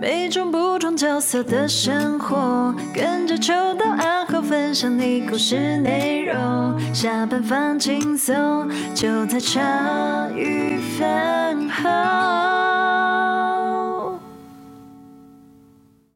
每种不同角色的生活，跟着秋到暗号分享你故事内容。下班放轻松，就在茶余饭后。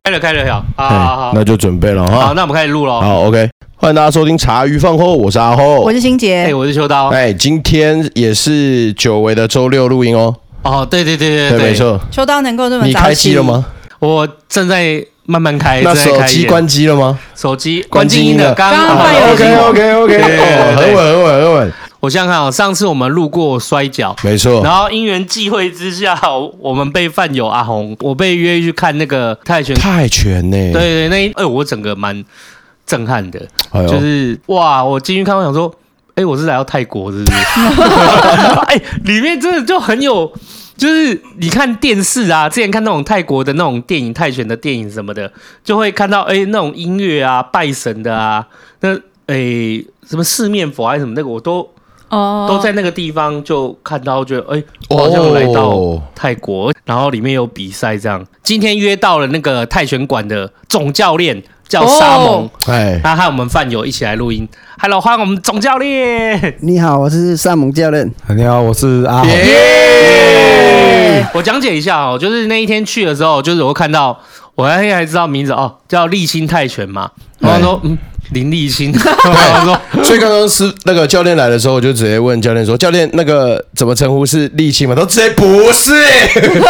开了开了开了好好好哎好，那就准备了好，哈。那我们开始录喽。好，OK，欢迎大家收听茶余饭后，我是阿后我。是欣哎，杰，我是秋刀。哦哎，今天也是久违的周六录音哦。哦，对对对对，对没，错。秋刀能够这么你早开起机了？吗？我正在慢慢开，那正在手哎开一哎机点关机了吗手机关关静音的，静刚刚好刚换游戏 OK OK 对 OK，对对哦很稳很稳很稳，我想想看哦，上次我们路过摔跤，没错。然后因缘际会之下，我们被饭友阿红，我被约去看那个泰拳。泰拳呢？对，对，那一哎，我整个蛮震撼的，哎呦就，是哇，我进去看，我想说，哎，我是来到泰国，是不 是？哎，里面真的就很有。就是你看电视啊，之前看那种泰国的那种电影、泰拳的电影什么的，就会看到哎、那种音乐啊、拜神的啊，那哎、什么四面佛还是什么那个，我都哦都在那个地方就看到，觉得哎、哦我好像来到泰国，然后里面有比赛这样。今天约到了那个泰拳馆的总教练叫沙蒙哦，哎，他和我们饭友一起来录音。Hello，欢迎我们总教练。你好，我是萨蒙教练。哎你好，我是阿豪。耶我讲解一下哦，就是那一天去的时候，就是我看到我那天还知道名字哦，叫立新泰拳嘛，然后说嗯林立新，然后说所以刚刚是那个教练来的时候，我就直接问教练说：“教练，那个怎么称呼是沥青吗？”他直接不是， 对，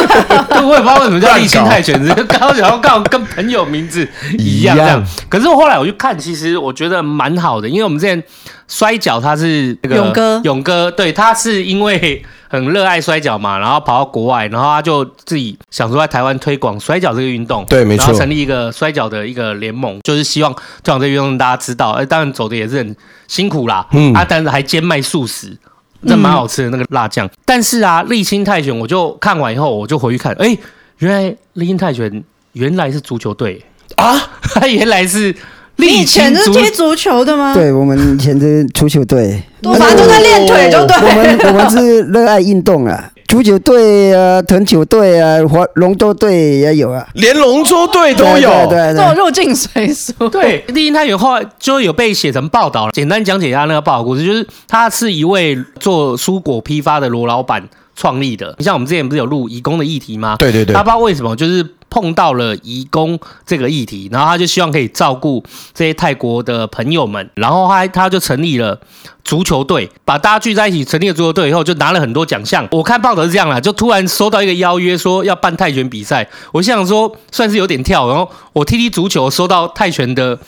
我也不知道为什么叫立青乱搞泰拳，只是刚想要告跟朋友名字一样一这样样。可是我后来我去看，其实我觉得蛮好的，因为我们之前摔跤他是那个勇哥勇哥对，他是因为很热爱摔跤嘛，然后跑到国外，然后他就自己想说在台湾推广摔跤这个运动，对没错然后成立一个摔跤的一个联盟，就是希望推广这个运动，大家知道，哎，当然走的也是很辛苦啦，嗯啊，但是还兼卖素食。那蛮好吃的那个辣酱。但是啊，立新泰拳，我就看完以后，我就回去看，哎、原来立新泰拳原来是足球队啊，他原来是立你以青前是足踢足球的吗？，对我们以前是足球队，多啊反正都在练腿就对我们我们是热爱运动 啊，足球队啊，藤球队啊，华龙舟队也有啊，连龙舟队都有。对对做对入境水俗。对，立新泰拳后来就有被写成报道了。简单讲解一下那个报道故事，就是他是一位做蔬果批发的罗老板创立的。你像我们之前不是有录移工的议题吗？对对对他，不知道为什么就是碰到了移工这个议题，然后他就希望可以照顾这些泰国的朋友们，然后他他就成立了足球队，把大家聚在一起成立了足球队以后，就拿了很多奖项。我看报道是这样啦，就突然收到一个邀约说要办泰拳比赛，我心想说算是有点跳，然后我踢踢足球收到泰拳的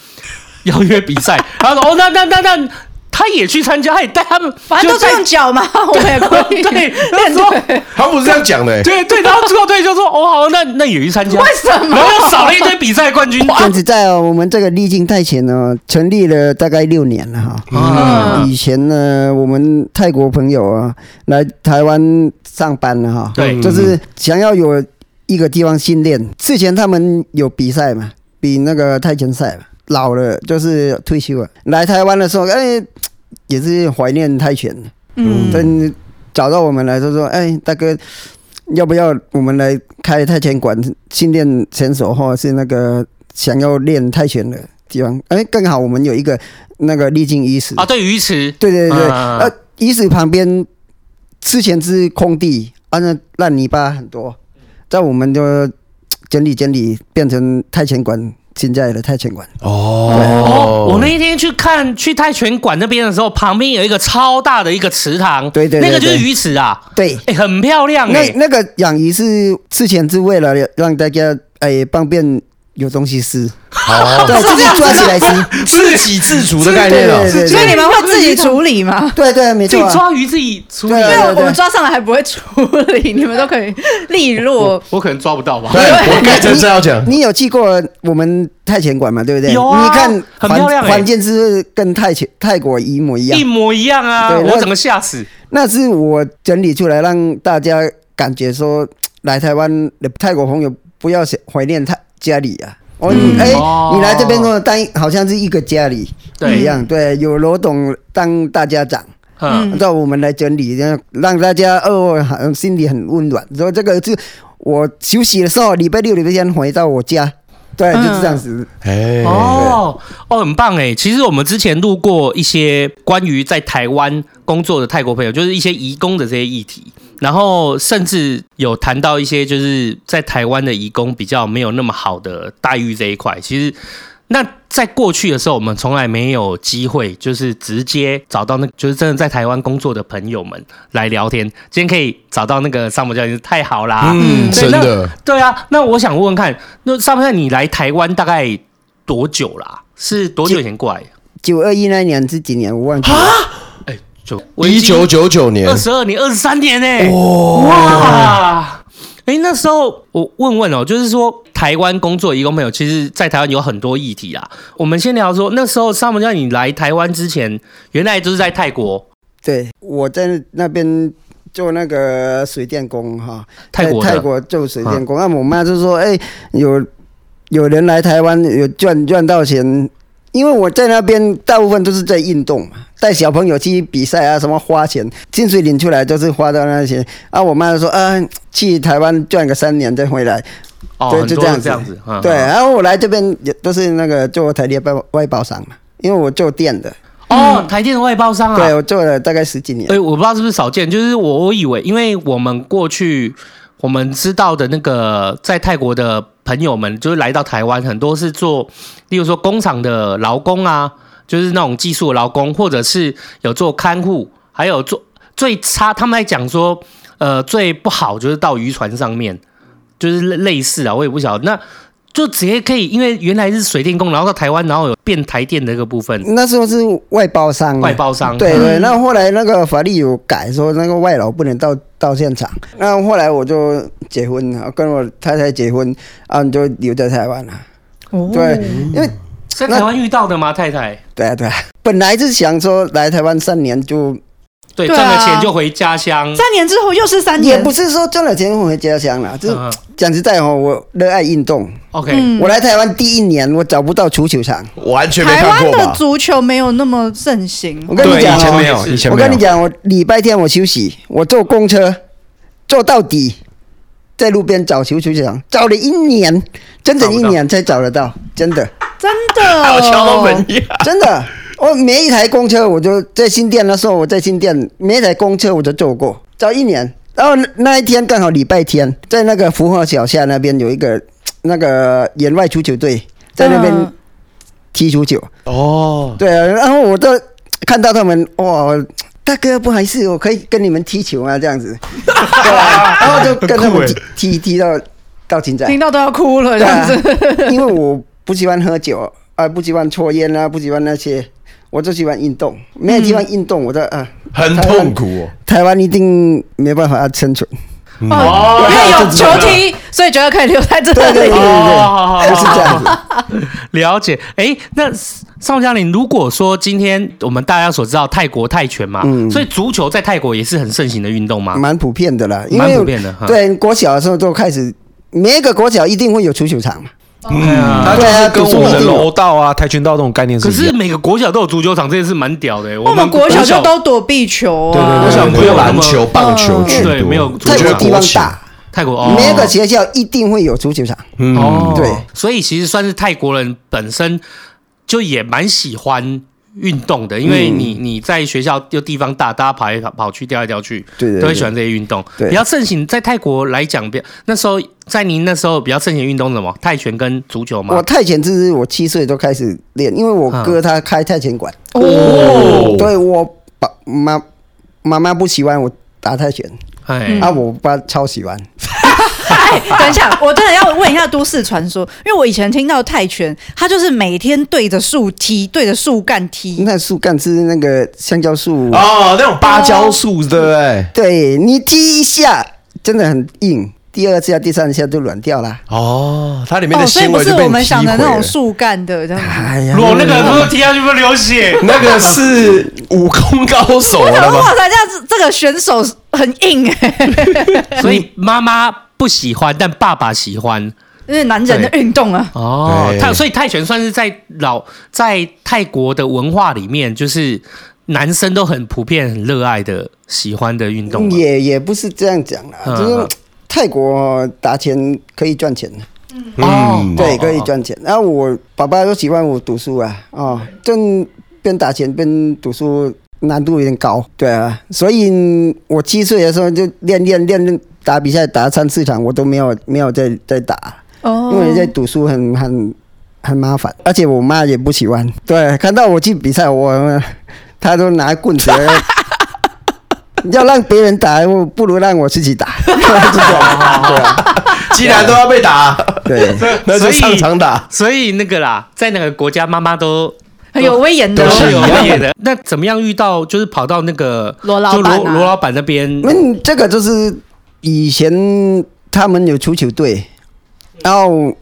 邀约比赛，然后说哦那那那那他也去参加，他也带他们， 反正都就在是用脚嘛，我也可以。对，练然后说腿，他不是这样讲的、哎欸。对对，然后足球队就说哦好，那那也去参加，为什然后又么？少了一堆比赛冠军。但是在我们这个历经泰拳呢，成立了大概六年了哈。啊以前呢，我们泰国朋友啊来台湾上班了哈，对就是想要有一个地方训练。之前他们有比赛嘛，比那个泰拳赛嘛，老了就是退休了。来台湾的时候，哎，也是怀念泰拳。嗯，但找到我们来，就说：“哎，大哥，要不要我们来开泰拳馆训练选手，或者是那个想要练泰拳的地方？哎，更好，我们有一个那个丽晶医师啊，对，鱼池，对对对，啊呃，遗址旁边之前是空地，啊，那烂泥巴很多，在我们的整理整理，变成泰拳馆，现在的泰拳馆。哦，我哦，那一天去看去泰拳馆那边的时候，旁边有一个超大的一个池塘，对对对那个就是对鱼池啊，对，哎，很漂亮那哎，那个养鱼是之前是为了让大家哎方便有东西吃， 哦好，啊对，自己抓起来吃，自给自足的哎概对念啊。对对所以对你们会自己处理吗？对对，没自错己啊。抓鱼自己处理，对因啊为我们抓上来还不会处理，你们都可以利落。我可能抓不到吧。对，我该真是要 讲。你有去过我们泰拳馆嘛？对不对？有啊你看很漂亮环欸环境是不是跟泰拳泰国一模一样一？模一样啊！对那我整个吓死。那是我整理出来让大家感觉说，来台湾的泰国朋友不要想怀念泰家里啊。哦，你哎、哦你来这边跟我当好像是一个家里对一样，对，有罗董当大家长，嗯，嗯让我们来整理，让让大家哦，好像心里很温暖。所以这个是我休息的时候，礼拜六、礼拜天回到我家，对，嗯就是这样子。哎，哦哦，很棒哎！其实我们之前录过一些关于在台湾工作的泰国朋友，就是一些移工的这些议题，然后甚至有谈到一些就是在台湾的移工比较没有那么好的待遇这一块。其实那在过去的时候，我们从来没有机会就是直接找到那就是真的在台湾工作的朋友们来聊天。今天可以找到那个萨姆教练，太好啦！嗯，对真那的，对啊，那我想问问看，那上半你来台湾大概多久啦？是多久以前过来的？九二一那一年是几年？我忘记了。啊就一九九九年二，十二年，二十三年呢、哇！哎、那时候我问问哦，就是说台湾工作的义工朋友，其实在台湾有很多议题啦。我们先聊说，那时候上文叫你来台湾之前，原来就是在泰国，对，我在那边做那个水电工哈，泰在国的啊泰国做水电工。那、我妈就说：“哎、有有人来台湾有赚赚到钱，因为我在那边大部分都是在运动嘛，带小朋友去比赛啊，什么花钱，薪水领出来都是花到那些。”啊，我妈就说：“啊，去台湾赚个三年再回来。哦，对很就多这样是这样子子，嗯对，啊嗯然后我来这边也都是那个做台列外外包商嘛，因为我做店的，哦，台电的外包商啊，对我做了大概十几年哎、。我不知道是不是少见，就是我我以为，因为我们过去我们知道的那个在泰国的朋友们，就是来到台湾，很多是做，例如说工厂的劳工啊，就是那种技术的劳工，或者是有做看护，还有做最差，他们在讲说，呃，最不好就是到渔船上面，就是类类似啊，我也不晓得那。就直接可以，因为原来是水电工，然后到台湾，然后有变台电的这个部分，那时候是外包商嘛，外包商。嗯对嗯对，那后来那个法律有改，说那个外劳不能到到现场。那后来我就结婚了，跟我太太结婚，啊，就留在台湾了。哦对，因为在台湾遇到的吗，太太？对啊对啊，本来是想说来台湾三年就，对，对赚啊了钱就回家乡。三年之后又是三也年，不是说赚了钱回家乡了，啊就是嗯讲实在哦，我热爱运动。 OK，、嗯我来台湾第一年，我找不到足球场。完全没台看湾过的吧？足球没有那么盛行我。跟你讲以前哦没，有，以前我没有。跟你讲，我礼拜天我休息，我坐公车坐到底，在路边找球球场，找了一年，整整一年才找得到，真的， 真的，还有敲到门一样，真的。我每一台公车，我就在新店那时候，我在新店每一台公车我都坐过，找一年。然后那那一天刚好礼拜天，在那个福和脚下那边有一个那个员外足球队在那边嗯踢足球，哦，对啊，然后我都看到他们哇，大哥不好意思，我可以跟你们踢球啊，这 样子，对啊，然后就跟他很酷们欸踢踢踢到到现在，听到都要哭了，对这样啊子。，因为我不喜欢喝酒啊，不喜欢抽烟啊，不喜欢那些，我就喜欢运动，没有地方运动，我的啊，很痛苦哦。台湾一定没办法 生存，哦，啊因为有球踢，所以觉得可以留在这对对对对里。哦对，就是这样子。了解。哎，那邵嘉玲，如果说今天我们大家所知道泰国泰拳嘛，嗯所以足球在泰国也是很盛行的运动嘛。蛮普遍的啦，因蛮为普遍的哈对国小的时候就开始，每一个国小一定会有足球场嘛。嗯它就对啊是跟赌我们的注一定有柔道啊、跆拳道这种概念是可一是样。每个国小都有足球场，这件事蛮屌的。欸我们国小就都躲避球 啊，我想没没有有那么篮球、棒球居多，对没有泰国地方大，泰国哦，每一个学校一定会有足球场。嗯哦，嗯对，所以其实算是泰国人本身就也蛮喜欢运动的，因嗯为你你在学校就地方大，大家跑来跑跑去，调来调去，对对对都会喜欢这些运动。对比较盛行在泰国来讲，比较那时候在您那时候比较盛行运动是什么？泰拳跟足球我吗？泰拳就是我七岁就开始练，因为我哥他开泰拳馆，嗯哦对我爸妈妈妈不喜欢我打泰拳，哎，啊，我爸超喜欢。哎， 等一下，我真的要问一下都市传说，因为我以前听到泰拳，他就是每天对着树踢，对着树干嗯踢。那树干是那个香蕉树，哦，那种芭蕉树，对不对？对你踢一下真的很硬，第二下、第三下啊就软掉了。哦，它里面哦，的所以纤不维是就被我你们踢想的毁那种了。树干的这样子。哎呀，哦裸那个如果踢下去会流血 那个是武功高手了哇 吧？塞，这样子这个选手很硬哎、 所以妈妈不喜欢，但爸爸喜欢。因为男人的运动啊，哦，对泰所以泰拳算是在老在泰国的文化里面，就是男生嗯都很普遍、很热爱的、喜欢的运动嘛。也也不是这样讲啦，嗯就是嗯泰国打拳可以赚钱的，哦，对，可以赚钱。然后我爸爸都喜欢我读书啊，哦，正边打拳边读书难度有点高，对啊，所以我七岁的时候就练练练练打比赛，打三四场我都没有没有再再打。哦因为在读书很很很麻烦，而且我妈也不喜欢。对，看到我去比赛，我她都拿 棍子，要让别人打，我不如让我自己打。就这样啊既然都要被 打， 对对，那就上场打。所以那个啦，在哪个国家妈妈都很有威严的都哦， 是有威严的。那怎么样遇到就是跑到那个罗老就板啊罗罗老板那边嗯，这个就是以前他们有足球队，然后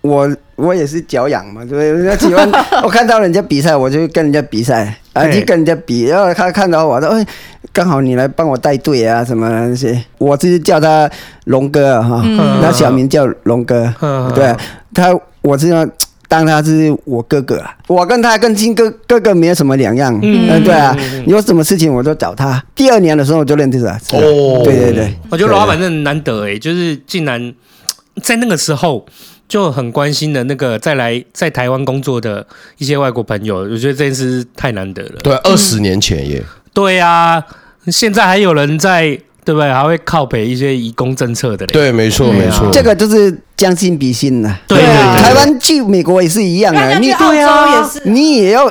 我我也是脚痒嘛，对不对？我喜 欢我看到人家比赛，我就跟人家比赛，啊，对去跟人家比，然后他看到我说，哎，刚好你来帮我带队啊，什么那些，我就是叫他龙哥啊哈，那、小名叫龙哥，嗯对啊他，我是要当他是我哥哥啊，我跟他跟亲哥哥哥没有什么两样，嗯嗯、对啊，有什么事情我都找他。第二年的时候我就认识了，是啊哦对对对，我觉得罗老板真的很难得哎、就是竟然在那个时候就很关心的那个再来在台湾工作的一些外国朋友，我觉得这件事太难得了。对，二十年前耶，对啊，现在还有人在对不对？还会靠北一些移工政策的嘞。对，没错，对啊没错。这个就是将心比心了。对对啊对台湾去美国也是一样看的，他你啊去澳洲也是，你也要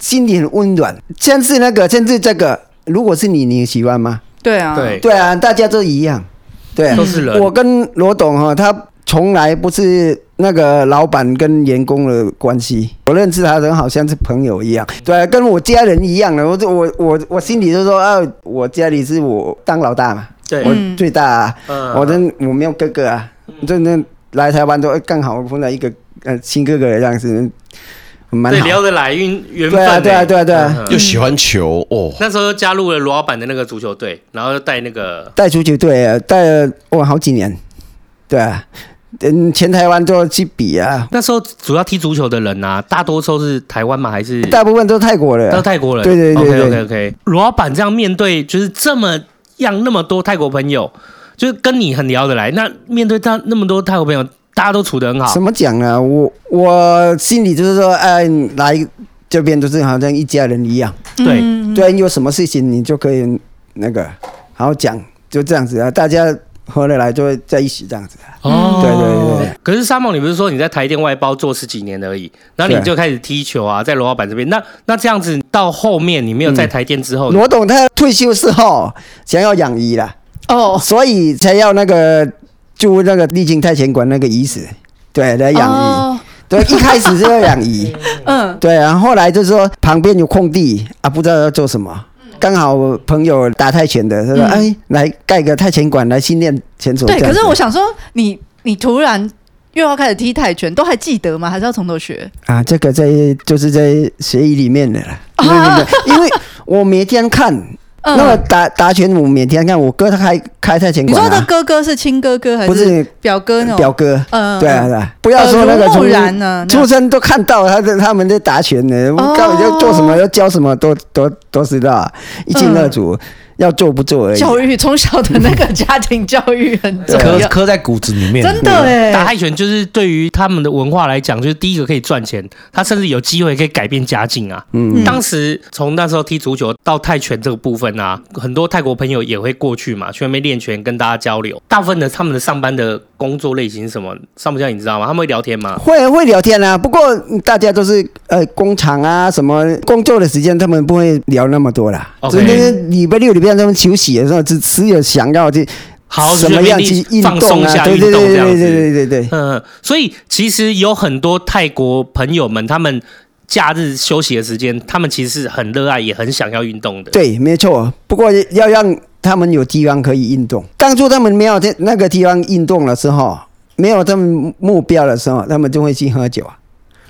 心里很温暖。甚至那个，甚至这个，如果是你，你喜欢吗？对啊，对对啊，大家都一样，对啊，都是人我跟罗董哈，他从来不是那个老板跟员工的关系，我认识他的人好像是朋友一样，对啊、跟我家人一样的。我就我我我心里就说啊，我家里是我当老大嘛，对我嗯最大、啊，嗯我真我没有哥哥啊，真的来台湾都哎刚好碰到一个呃亲哥哥的样子，蛮对好。聊得来，运缘分对啊欸对啊对啊对啊嗯又喜欢球哦，那时候加入了罗老板的那个足球队，然后就带那个带足球队啊带了我好几年，对啊，嗯，全台湾都去比啊， 那时候主要踢足球的人啊，大多数是台湾吗？还是大部分都泰国人嗯都啊、是泰国人？对对对 OK 对 OK OK。罗老板这样面对，就是这么样那么多泰国朋友，就是跟你很聊得来。那面对他那么多泰国朋友，大家都处得很好怎。么讲呢？我我心里就是说，哎，来这边就是好像一家人一样，对嗯对，你有什么事情你就可以那个好好讲，就这样子啊，大家合得来就会在一起这样子啊。哦对对对对。可是沙梦，你不是说你在台电外包做十几年而已，然后你对嗯就开始踢球啊，在罗老板这边。那那这样子到后面你没有在台电之后，罗董他退休之后想要养鱼了，哦，所以才要那个住那个丽晶泰拳馆那个鱼池，对，来养鱼。哦，对，一开始是要养 鱼，嗯，对，然后后来就是说旁边有空地啊，不知道要做什么。刚好我朋友打泰拳的，他说：“嗯哎，来盖个泰拳馆来训练拳手。”对。这样可子是我想说，你你突然又要开始踢泰拳，都还记得吗？还是要从头学？啊，这个在就是在协议里面的 了，对对对，因为我每天看嗯那个打打拳，我每天看我哥他开开泰拳你馆说的啊，哥哥是亲哥哥还不是表哥那种？表哥，嗯，嗯对啊，对啊，不要说那耳个濡目从染呢，出生都看到他在他们在打拳呢，哦我告诉你要做什么，要教什么都都都知道啊，一清二楚，要做不做而已。教育从小的那个家庭教育 很重刻要，刻在骨子里面，啊真的打哎，泰拳就是对于他们的文化来讲，就是第一个可以赚钱，他甚至有机会可以改变家境啊。嗯当时从那时候踢足球到泰拳这个部分啊，很多泰国朋友也会过去嘛，去那边练拳，跟大家交流。大部分的他们的上班的工作类型是什么？上不教你知道吗？他们会聊天吗？会会聊天啊，不过大家都是呃工厂啊什么工作的时间，他们不会聊那么多啦。 OK 所以那个礼拜六礼拜天他们休息的时候，只只有想要去好，什么样去运放动松一啊，下对运对动对这样对子。对对对对。嗯，所以其实有很多泰国朋友们，他们假日休息的时间，他们其实是很热爱，也很想要运动的。对，没错。不过要让他们有地方可以运动。当初他们没有在那个地方运动的时候，没有他们目标的时候，他们就会去喝酒啊，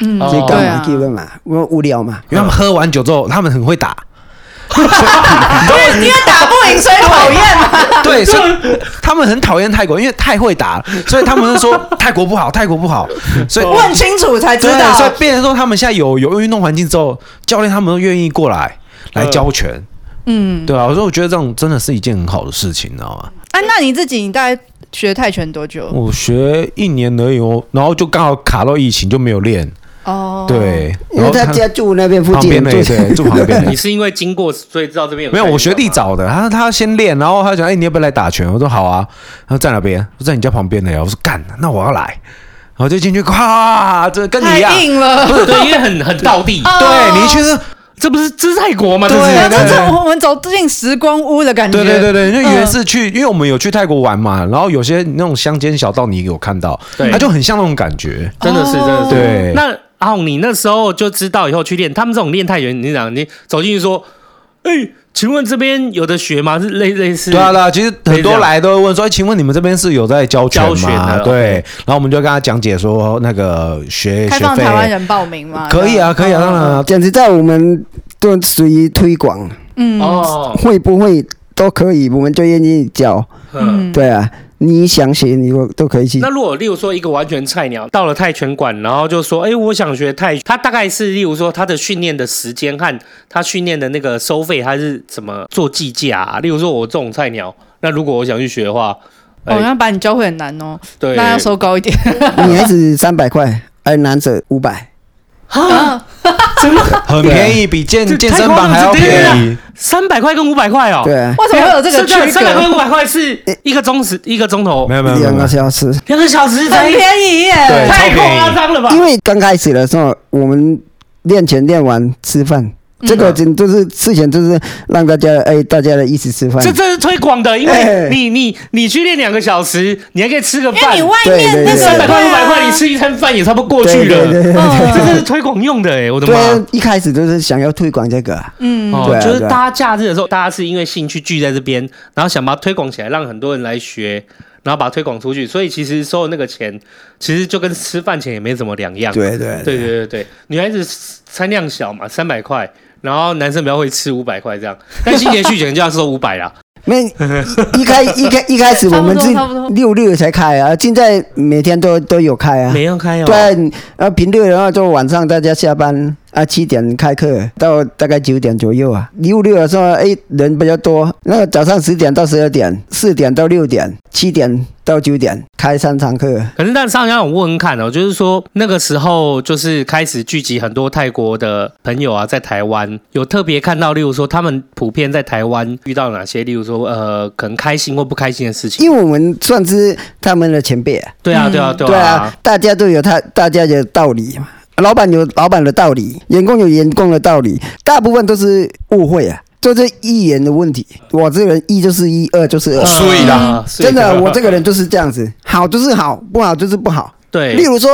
嗯，哦去对干嘛啊去干嘛，因为无聊嘛。因为他们喝完酒之后，他们很会打。 因为打不赢所以讨厌嘛。对，所以他们很讨厌泰国，因为太会打了，所以他们就说泰国不好，泰国不好，所以问清楚才知对所以道。变成说他们现在有有运动环境之后，教练他们都愿意过来来教拳，嗯，对啊，所以我觉得这种真的是一件很好的事情，你知道吗？哎、那你自己你大概学泰拳多久？我学一年而已哦，然后就刚好卡到疫情，就没有练。哦，，对，因然为后他他家住那边附旁近，边的 也对，住旁边的你。是因为经过，所以知道这边有没有，泰拳我学弟吗，找的，他他先练，然后他讲，哎、你要不要来打拳？我说好啊。他说在哪边？我说在你家旁边的呀。我说干，那我要来。然后就进去，哇，这跟你太一样，硬了。 对，因为很很道 地，对你一去是，这不是这是泰国吗？这对啊那是这种我们走进时光屋的感觉。对对对对，那原嗯是去，因为我们有去泰国玩嘛，然后有些那种乡间小道你有看到，对它就很像那种感觉。真的是真的是。对那阿红，你那时候就知道以后去练，他们这种练泰拳，你讲你走进去说，哎，请问这边有的学吗？是类类似对啊，对啊，其实可以很这多样来都会问说，哎，请问你们这边是有在教拳教学吗？的对，然后我们就跟他讲解说，哦那个学开学放费台湾人报名吗？可以啊，这可以样啊，当然啊，简直在我们都属于推广，嗯，哦，会不会都可以，我们就愿意教。嗯。对啊，你想学你我都可 嗯以去那。如果例如说一个完全菜鸟到了泰拳馆，然后就说，哎，我想学泰，他大概是例如说他的训练的时间和他训练的那个收费，他是怎么做计价、啊？例如说我这种菜鸟，那如果我想去学的话，哎哦，那把你教会很难哦，对，那 要收高一点。女孩子三百块，而男子五百。啊很便宜，比健这健身房还要便宜。三百块跟五百块哦。哎对啊， 为什么会有这个区三百块隔？跟五百块是一个钟时一个钟头没，有没有没有两没个有，小时。两个小时才很便宜耶嗯对，太超便宜夸张了吧？因为刚开始的时候，我们练拳练完吃饭，嗯这个真就是事前就是让大家哎大家来一起吃饭。这这是推广的，因为哎你你你去练两个小时，你还可以吃个因为饭你，外面那个三百块对啊五百块，你吃一餐饭也差不多过去对对了。对嗯这是推广用的哎，我的对妈！啊，一开始就是想要推广这个啊，嗯，哦对，啊就是对啊大家假日的时候，大家是因为兴趣聚在这边，然后想把它推广起来，让很多人来学，然后把它推广出去。所以其实收的那个钱，其实就跟吃饭钱也没什么两样。对对对对对对，女孩子餐量小嘛，三百块，然后男生比较会吃五百块这样，但新年续钱就要收五百啦。没一开一开一开始我们是差不多差不多六六才开啊，现在每天都都有开啊。没有开哦， 对，然后平日的话就晚上大家下班啊，七点开课到大概九点左右啊。六六的时候，哎，人比较多。那个早上十点到十二点，四点到六点，七点到九点开三堂课。可是但上想我问问看哦，就是说那个时候就是开始聚集很多泰国的朋友啊，在台湾有特别看到，例如说他们普遍在台湾遇到哪些，例如说呃，可能开心或不开心的事情。因为我们算是他们的前辈啊，对啊，对啊，对对啊啊，，大家都有他大家的道理嘛。老板有老板的道理，员工有员工的道理，大部分都是误会啊，就是一言的问题。我这个人一就是一，二就是二。所以啦啊真的，我这个人就是这样子，好就是好，不好就是不好。对例，如说，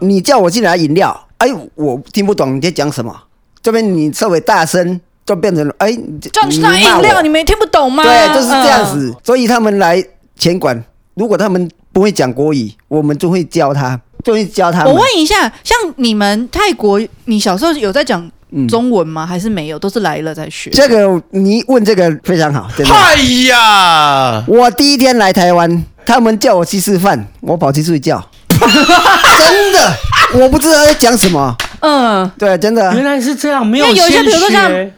你叫我进来饮料，哎，我听不懂你在讲什么。这边你稍微大声，就变成哎，你撞上骂饮我料，你们也听不懂吗？对，就是这样嗯。子。所以他们来钱馆，如果他们不会讲国语，我们就会教他，就会教他们。我问一下，像你们泰国，你小时候有在讲中文吗？还是没有？都是来了再学。这个，你问这个非常好，真的。哎呀，我第一天来台湾，他们叫我去吃饭，我跑去 睡觉。真的，我不知道在讲什么。嗯，对，真的。原来是这样，没有因为有一些先比如说学像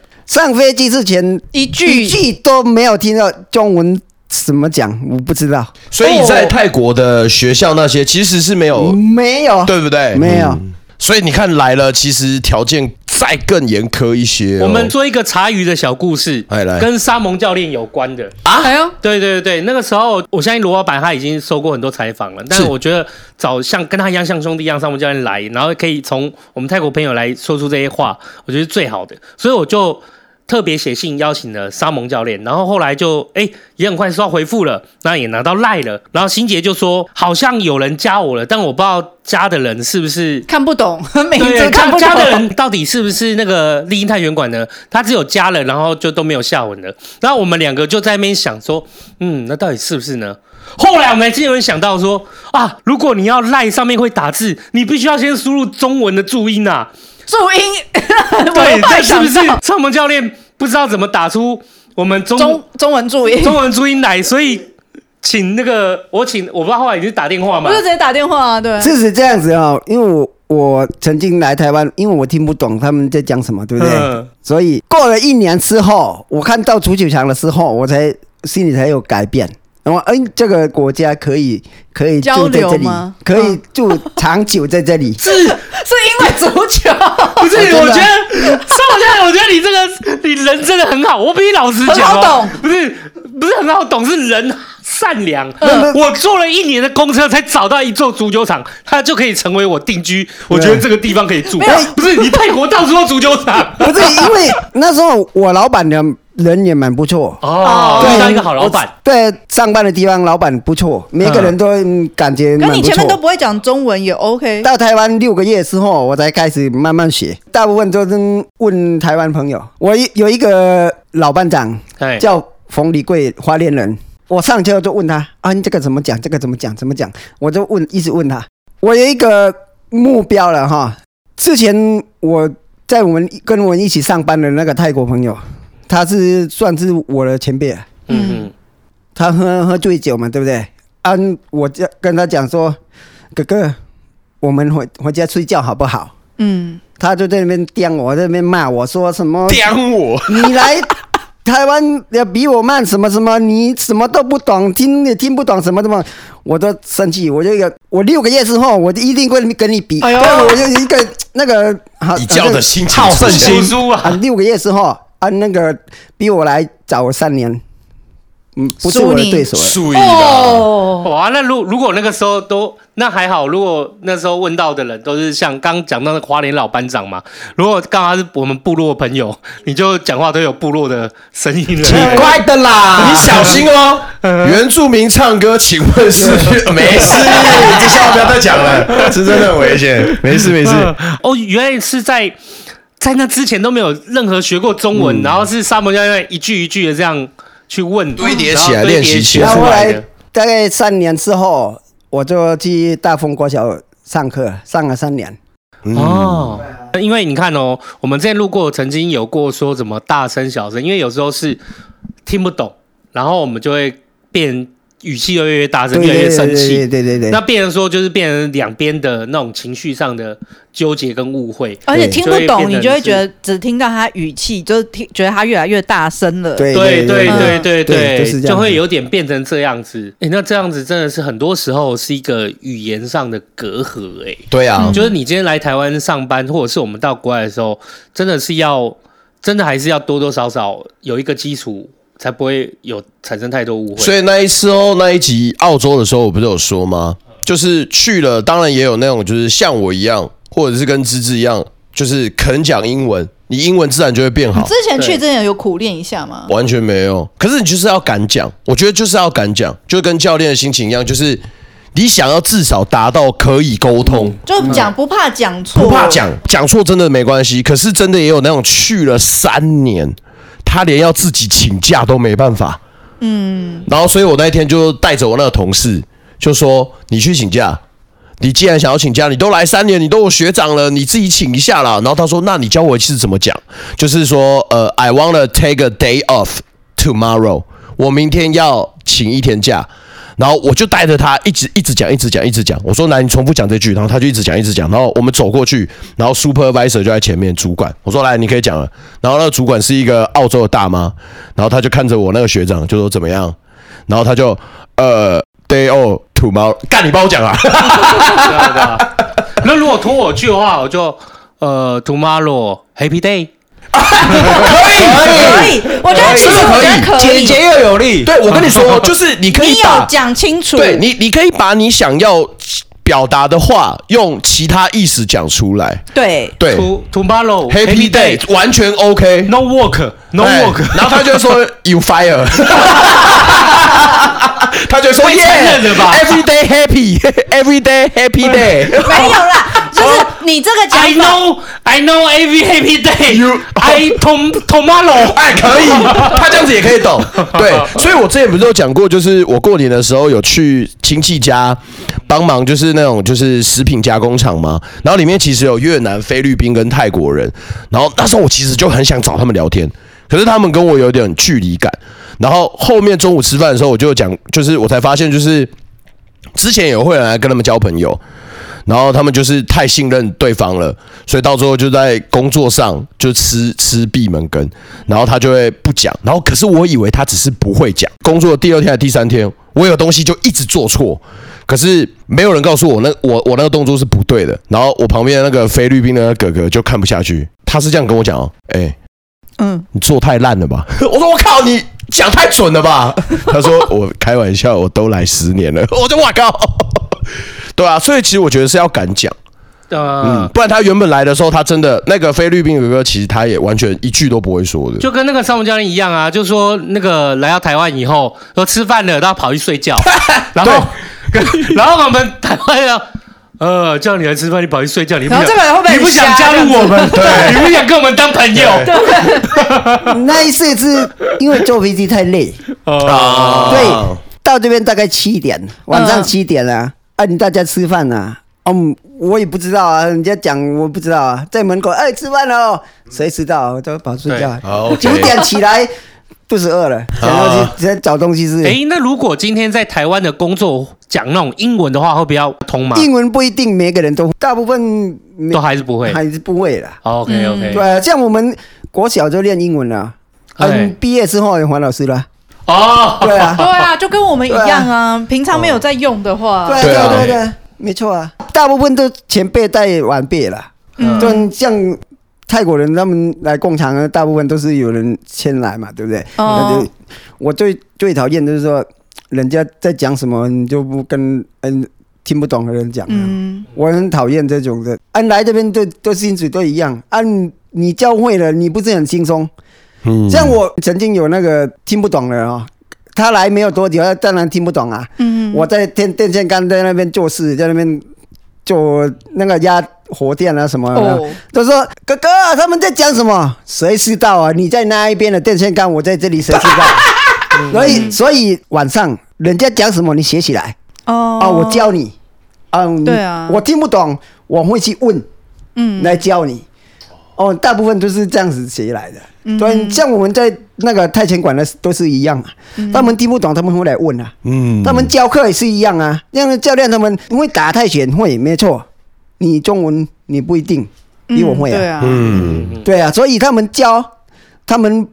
上飞机之前一一句句都没有听到中文怎么讲，我不知道，所以在泰国的学校那些其实是哦没有，没有，对不对？嗯没有，嗯所以你看来了，其实条件再更严苛一些哦、我们做一个茶余的小故事，哎来跟沙蒙教练有关的。啊，哎呦，对对对，那个时候我相信罗老板他已经收过很多采访了，但是是我觉得找像跟他一样像兄弟一样，上我教练来，然后可以从我们泰国朋友来说出这些话，我觉得是最好的，所以我就特别写信邀请了沙蒙教练，然后后来就哎也很快收到回复了，那也拿到赖了，然后新杰就说好像有人加我了，但我不知道加的人是不是看不懂， 每一对，次看加不加的人懂。到底是不是那个丽英太原馆呢？他只有加了，然后就都没有下文了。然后我们两个就在那边想说，嗯，那到底是不是呢？后来我们竟然想到说，啊，如果你要赖上面会打字，你必须要先输入中文的注音啊。注音，对， 我这是会不想是到上门教练不知道怎么打出我们中中中文注音？中文注音来？所以请那个我请我不知道后来你是打电话吗我？就直接打电话啊，对。就是这样子哦。因为我我曾经来台湾，因为我听不懂他们在讲什么，对不对？嗯所以过了一年之后，我看到足球场的时候，我才心里才有改变。然后哎，这个国家可以可以交住在流这里吗，可以住长久在这里。是因为足球， 哦不是，真的我觉得邵佳，我觉得你这个你人真的很好，我必须老实讲、哦，很好懂，不是不是很好懂，是人善良。嗯我坐了一年的公车才找到一座足球场，它就可以成为我定居。我觉得这个地方可以住，不是你泰国到处都足球 场不是因为那时候我老板的人也蛮不错，哦，对遇到一个好老板，，对上班的地方老板不错，每个人都嗯感觉蛮可不你前面都错。不会讲中文也 OK。到台湾六个月之后，我才开始慢慢学，大部分都是问台湾朋友。我一有一个老班长哎，叫冯礼贵，花莲人。我上车就问他啊，你这个怎么讲？这个怎么讲？怎么讲？我就问，一直问他。我有一个目标了哈。之前我在我们跟我们一起上班的那个泰国朋友，他是算是我的前辈啊。嗯他喝喝醉酒嘛，对不对？啊，我就跟他讲说，哥哥，我们回回家睡觉好不好？嗯，他就在那边颠我，在那边骂我说什 嗯么？刁我，你来台湾要比我慢什么什么？你什么都不懂，听也听不懂什么什么，我都生气。我就有我六个月之后，我一定会跟你比。哎呦但我就一个那个好比较的心情好出胜现心读书啊，啊，六个月之后啊，那个比我来早三年，嗯，不是输我的你对手了。睡啦，哦，哇，啊那如如果那个时候都那还好，如果那时候问到的人都是像刚讲到的花莲老班长嘛，如果刚好是我们部落朋友，你就讲话都有部落的声音 了。奇怪的啦，你小心 哦。原住民唱歌，请问是 没事，你这下不要再讲了，这真的很危险。嗯没事没事，哦，原来是在在那之前都没有任何学过中嗯文，然后是沙漠教练一句一句的这样去问，堆叠然后起来堆叠练习学起然来后出后来来的。大概三年之后，我就去大丰国小上课，上了三年。哦，因为你看哦，我们之前路过，曾经有过说怎么大声小声，因为有时候是听不懂，然后我们就会变语气越来越大声，对越来对越对生对气。对对对那。变成说，就是变成两边的那种情绪上的纠结跟误会，而且听不懂，对你就会觉得只听到他语气，就是听觉得他越来越大声了。对对对对对对对就对，是这样就会有点变成这样子。哎，那这样子真的是很多时候是一个语言上的隔阂，哎，对啊，就是你今天来台湾上班，或者是我们到国外的时候，真的是要，真的还是要多多少少有一个基础，才不会有产生太多误会。所以，以那一次哦，那一集澳洲的时候，我不是有说吗？就是去了，当然也有那种就是像我一样，或者是跟芝芝一样，就是肯讲英文，你英文自然就会变好之。前去之前有苦练一下吗？完全没有，可是你就是要敢讲，我觉得就是要敢讲，就跟教练的心情一样，就是你想要至少达到可以沟通，就讲不怕讲错，不怕讲，讲错真的没关系。可是真的也有那种去了三年，他连要自己请假都没办法。嗯，然后所以我那一天就带着我那个同事，就说你去请假。你既然想要请假，你都来三年，你都有学长了，你自己请一下啦。然后他说：“那你教我一次怎么讲？就是说，呃，I wanna take a day off tomorrow，我明天要请一天假。”然后我就带着他一直一直讲，一直讲，一直讲。我说来，你重复讲这句，然后他就一直讲，一直讲。然后我们走过去，然后 supervisor 就在前面，主管我说来，你可以讲了。然后那个主管是一个澳洲的大妈，然后他就看着我那个学长，就说怎么样？然后他就呃 day off tomorrow，干你帮我讲啊！对啊对啊那如果拖我去的话，我就呃，tomorrow happy day。可以。我觉得其实我觉得哎可简以，洁又有力。对我跟你说，就是你可以 你有把讲清楚。对你，你可以把你想要表达的话用其他意思讲出来。对对 To tomorrow 哎，Happy Day 完全 OK。 no work no 哎 work，然后他就说 You fire，他就说太残忍了吧 Yeah，Every day happy，Every day happy day。没有啦，就是你这个讲 I 法 know I know every happy day You- I tom tomorrow 哎，可以，他这样子也可以懂。对，所以我之前不是有讲过，就是我过年的时候有去亲戚家帮忙，就是那种就是食品加工厂嘛。然后里面其实有越南、菲律宾跟泰国人。然后那时候我其实就很想找他们聊天，可是他们跟我有点距离感。然后后面中午吃饭的时候，我就讲，就是我才发现，就是之前有会员来跟他们交朋友，然后他们就是太信任对方了，所以到最后就在工作上就吃吃闭门羹，然后他就会不讲，然后可是我以为他只是不会讲，工作第二天还是第三天，我有东西就一直做错，可是没有人告诉我那我我那个动作是不对的。然后我旁边的那个菲律宾的哥哥就看不下去， 他是这样跟我讲哦，哎、嗯，你做太烂了吧？我说我靠，你讲太准了吧？他说我开玩笑，我都来十年了。我就哇靠， 对啊，所以其实我觉得是要敢讲，嗯，呃，不然他原本来的时候，他真的那个菲律宾哥哥，其实他也完全一句都不会说的。就跟那个山姆教练一样啊，就说那个来到台湾以后，说吃饭了，然后跑去睡 觉，然后跟然后我们台湾人。呃，叫你来吃饭，你跑去睡觉，你不然后想这个人会不会你不想很瞎加入我们，对你不想跟我们当朋友，那一次是因为坐飞机太累，哦，对，到这边大概七点，晚上嗯七点了、啊，你大家吃饭啊，嗯，我也不知道啊，人家讲我不知道啊，在门口哎、吃饭了哦，谁知道？我都跑睡觉对好，，OK 九点起来肚子饿了，哦想要去想找东西吃。哎，那如果今天在台湾的工作讲那种英文的话，会比较通吗？英文不一定每个人都，大部分没都还是不会。还是不会啦。 OK OK，嗯对啊，像我们国小就练英文了，对嗯，毕业之后有黄老师了。哦， 对啊，对啊，就跟我们一样啊，平常没有在用的话，对啊对对啊啊对啊对啊，没错啊，大部分都前辈带晚辈了。嗯对，像泰国人他们来共场呢，大部分都是有人先来嘛，对不对？哦那就我最最讨厌就是说，人家在讲什么，你就不跟嗯听不懂的人讲啊。嗯，我很讨厌这种的。按、来这边都都薪水都一样，按、你你教会了，你不是很轻松？嗯像我曾经有那个听不懂的啊、哦，他来没有多久，他当然听不懂啊。嗯我在电电线杆在那边做事，在那边做那个压火电啊什么的。哦他说：“哥哥，他们在讲什么？谁知道啊？你在那一边的电线杆，我在这里，谁知道？啊 所以，所以晚上人家讲什么，你写起来哦啊，我教你。嗯，对啊我听不懂，我会去问嗯来教你。哦，大部分都是这样子写来的。嗯对，像我们在那个泰拳馆的都是一样啊，嗯他们听不懂，他们会来问啊。嗯他们教课也是一样啊，那样的教练他们会打泰拳会没错，你中文你不一定比我会嗯对啊，啊，嗯对啊，所以他们教他们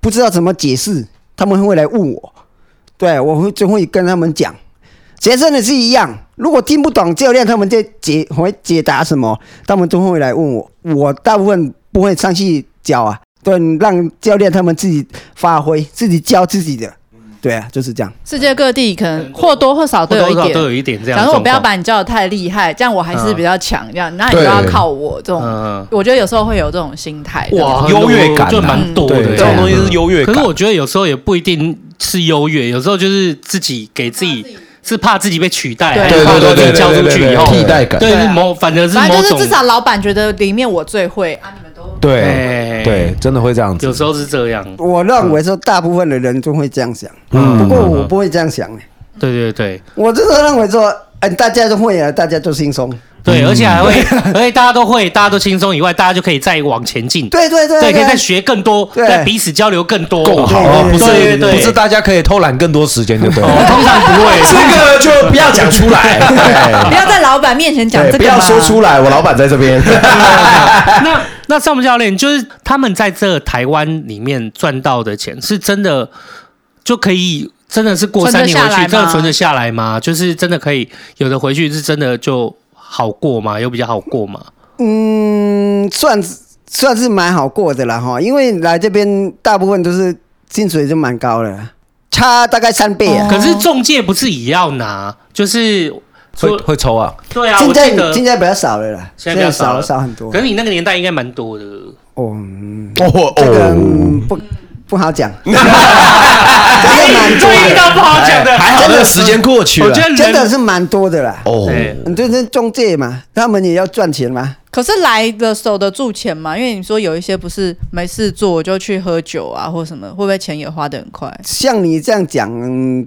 不知道怎么解释，他们会来问我，对我会就会跟他们讲，学生也是一样，如果听不懂教练他们在解会解答什么，他们都会来问我，我大部分不会上去教啊，对，让教练他们自己发挥，自己教自己的，对啊，就是这样。世界各地可能或多或少都或有多一或少点，都有一点这样假的状况。如我不要把你教的太厉害，这样我还是比较强，这样，那你就要靠我这种。嗯，我觉得有时候会有这种心态。哇很多优越感啊就蛮多的对耶。这种东西是优越可感。是我觉得有时候也不一定是优越，有时候就是自己给自己是怕自己被取代，对还是怕说自己交出去以后对替代感，对，对是某反正是反正某就是种至，少老板觉得里面我最会啊，你们都对哎对，真的会这样子有。时候是这嗯样。我认为说大部分的人都会这样想，嗯不过我不会这样想、欸，对对对我就是认为说，哎、大家都会啊，大家都轻松。对，而且还会， 而且大家都会，大家都轻松以外，大家就可以再往前进。对对对对，可以再学更多，对再彼此交流更多，够好对啊，不对是对不是，大家可以偷懒更多时间就对哦了。通常不会，这个就不要讲出来，不要在老板面前讲对这不个，要说出。来，我老板在这边。 那那尚姆教练，就是他们在这台湾里面赚到的钱，是真的就可以，真的是过三年回去，存得下来吗真的存得下来吗？就是真的可以有的回去，是真的就好过吗？有比较好过吗？嗯，算算是蛮好过的了哈，因为来这边大部分都是薪水就蛮高的，差大概三倍哦啊。可是中介不是也要拿？就是会说会抽啊，对啊，现我记在得现。在比较少了啦，现在比较少少了少很多可。是你那个年代应该蛮多的，哦，嗯哦这个、嗯不不 好讲，真的蛮多终于遇的，哎到不好讲的，还好那个时间过去我了觉。得人真的是蛮多的啦。哦，对你就是中介嘛，他们也要赚钱嘛。可是来的守得住钱嘛？因为你说有一些不是没事做就去喝酒啊，或什么，会不会钱也花得很快？像你这样讲，嗯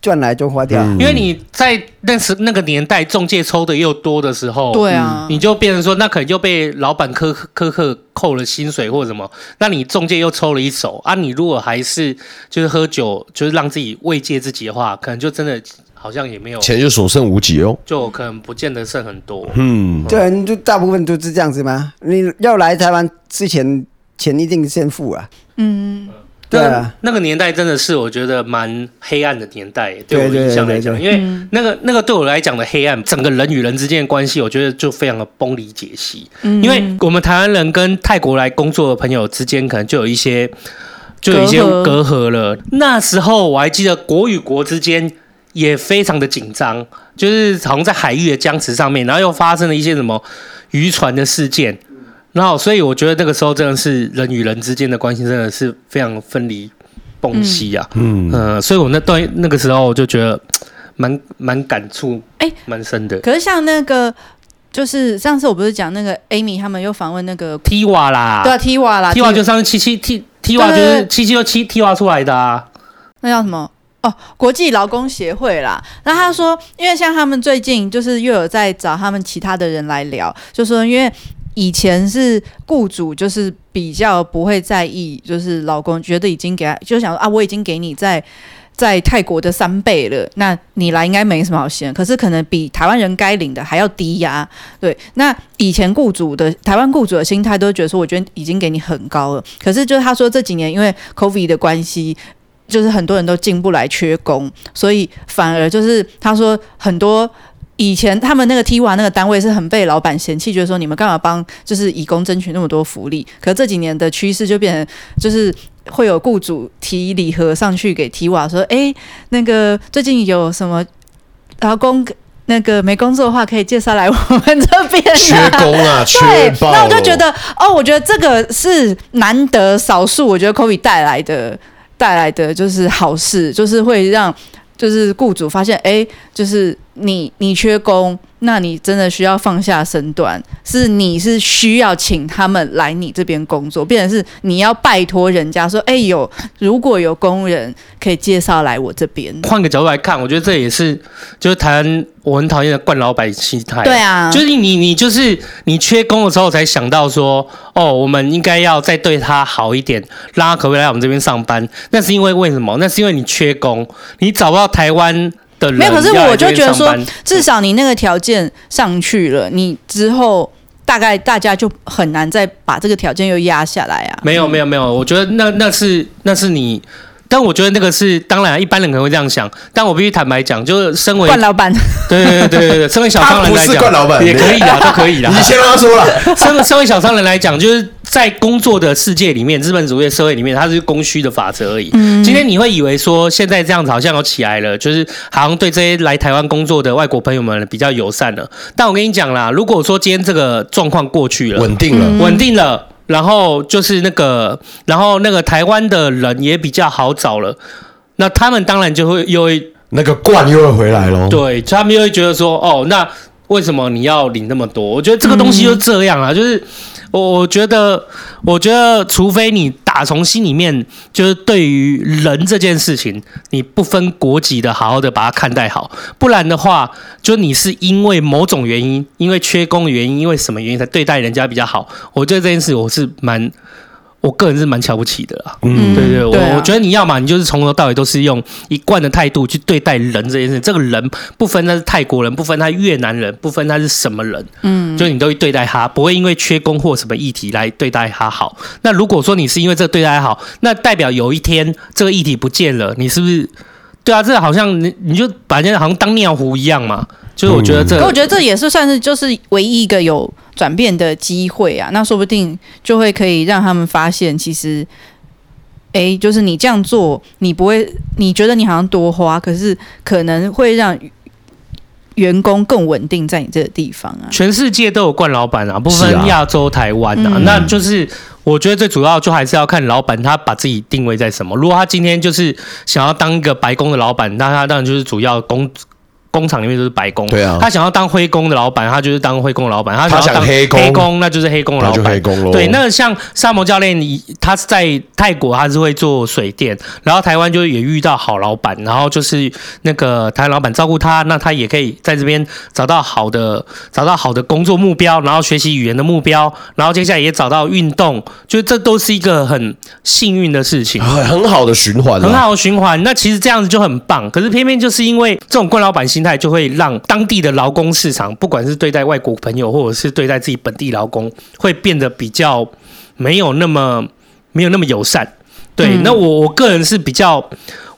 赚来就花掉。因为你在那时那个年代中介抽的又多的时候，对啊，嗯你就变成说，那可能就被老板苛苛刻扣了薪水或者什么，那你中介又抽了一手啊。你如果还是就是喝酒，就是让自己慰藉自己的话，可能就真的好像也没有，钱就所剩无几哦。就可能不见得剩很多。嗯，对，你就大部分都是这样子吗？你要来台湾之前，钱一定先付啊。对啊，那个年代真的是我觉得蛮黑暗的年代，对对我的印象来讲，对因为那个那个对我来讲的黑暗，整个人与人之间的关系，我觉得就非常的崩离解析。嗯因为我们台湾人跟泰国来工作的朋友之间，可能就有一些就有一些隔隔阂了。那时候我还记得国与国之间也非常的紧张，就是好像在海域的僵持上面，然后又发生了一些什么渔船的事件。然后，所以我觉得那个时候真的是人与人之间的关系真的是非常分离崩析啊。嗯，呃，所以我那段那个时候我就觉得蛮蛮感触，哎蛮深的。可是像那个，就是上次我不是讲那个 Amy 他们又访问那个 T 瓦啦，对啊 T 瓦啦 T 瓦就上次七七 T T 瓦就对对是对七七六七 T 瓦出来的啊。那叫什么？哦，国际劳工协会啦。那他说，因为像他们最近就是又有在找他们其他的人来聊，就说因为以前是雇主就是比较不会在意，就是老公觉得已经给他，就想说啊，我已经给你在。在泰国的三倍了，那你来应该没什么好嫌，可是可能比台湾人该领的还要低呀、对，那以前雇主的台湾雇主的心态都觉得说，我觉得已经给你很高了，可是就是他说这几年因为 COVID 的关系，就是很多人都进不来缺工，所以反而就是他说很多。以前他们那个 T 瓦那个单位是很被老板嫌弃，觉得说你们干嘛帮就是义工争取那么多福利？可这几年的趋势就变成就是会有雇主提礼盒上去给 T 瓦说，哎、那个最近有什么劳工那个没工作的话，可以介绍来我们这边、啊。缺工啊，缺对，爆。那我就觉，得，哦，我觉得这个是难得少数，我觉得 Kobe 带来的带来的就是好事，就是会让就是雇主发现，哎，就是你你缺工，那你真的需要放下身段，是你是需要请他们来你这边工作，变成是你要拜托人家说，哎，有如果有工人可以介绍来我这边，换个角度来看，我觉得这也是就是台湾我很讨厌的惯老板心态。对。啊，哎就是你，你就是你缺工的时候才想到说，哦，我们应该要再对他好一点，让他可不可以来我们这边上班？那是因为为什么？那是因为你缺工，你找不到台湾的人没要有可来这是边上班。我就觉得说至少你那个条件上去了，你之后大概大家就很难再把这个条件又压下来啊。没有没有没有，我觉得那那是那是你，但我觉得那个是当然，一般人可能会这样想，但我必须坦白讲，就是身为冠老板，对对对对对对，身为小商人来他不是讲，惯老板也可以啦，都可以啦。你先让他说了。 身为身为小商人来讲，就是在工作的世界里面，资本主义的社会里面，它是供需的法则而已。今天你会以为说现在这样子好像有起来了，就是好像对这些来台湾工作的外国朋友们比较友善了。但我跟你讲啦，如果说今天这个状况过去了，稳定了，稳定了，然后就是那个，然后那个台湾的人也比较好找了。那他们当然就会又会那个冠又会回来喽。对，他们又会觉得说，哦，那为什么你要领那么多？我觉得这个东西就这样啊，就是我我觉得，我觉得，除非你打从心里面就是对于人这件事情，你不分国籍的好好的把它看待好，不然的话，就你是因为某种原因，因为缺工的原因，因为什么原因才对待人家比较好？我对这件事我是蛮。我个人是蛮瞧不起的啦， 嗯对对，我对啊我觉得你要嘛，你就是从头到尾都是用一贯的态度去对待人这件事。这个人不分他是泰国人，不分他越南人，不分他是什么人，嗯，就你都会对待他，不会因为缺工或什么议题来对待他好。那如果说你是因为这个对待他好，那代表有一天这个议题不见了，你是不是？对啊，这好像你你就把人家好像当尿壶一样嘛。就是我觉得这可我觉得这也是算是就是唯一一个有转变的机会啊。那说不定就会可以让他们发现，其实，哎，就是你这样做，你不会，你觉得你好像多花，可是可能会让员工更稳定在你这个地方啊。全世界都有惯老板啊，不是分啊亚洲、台湾啊，嗯那就是我觉得最主要就还是要看老板他把自己定位在什么。如果他今天就是想要当一个白宫的老板，那他当然就是主要工工厂里面就是白宫。对啊他想要当灰工的老板，他就是当灰工的老板；他想他要想当黑工黑工那就是黑工的那老就板啊黑。工喽。对，那像沙摩教练，你他是在泰国，他是会做水电，然后台湾就也遇到好老板，然后就是那个台湾老板照顾他，那他也可以在这边找到好的，找到好的工作目标，然后学习语言的目标，然后接下来也找到运动，就这都是一个很幸运的事情。很很好的循环啊很啦。好的循环，那其实这样子就很棒。可是偏偏就是因为这种惯老板心态，就会让当地的劳工市场，不管是对待外国朋友，或者是对待自己本地劳工，会变得比较没有那么没有那么友善。对，嗯那我我个人是比较，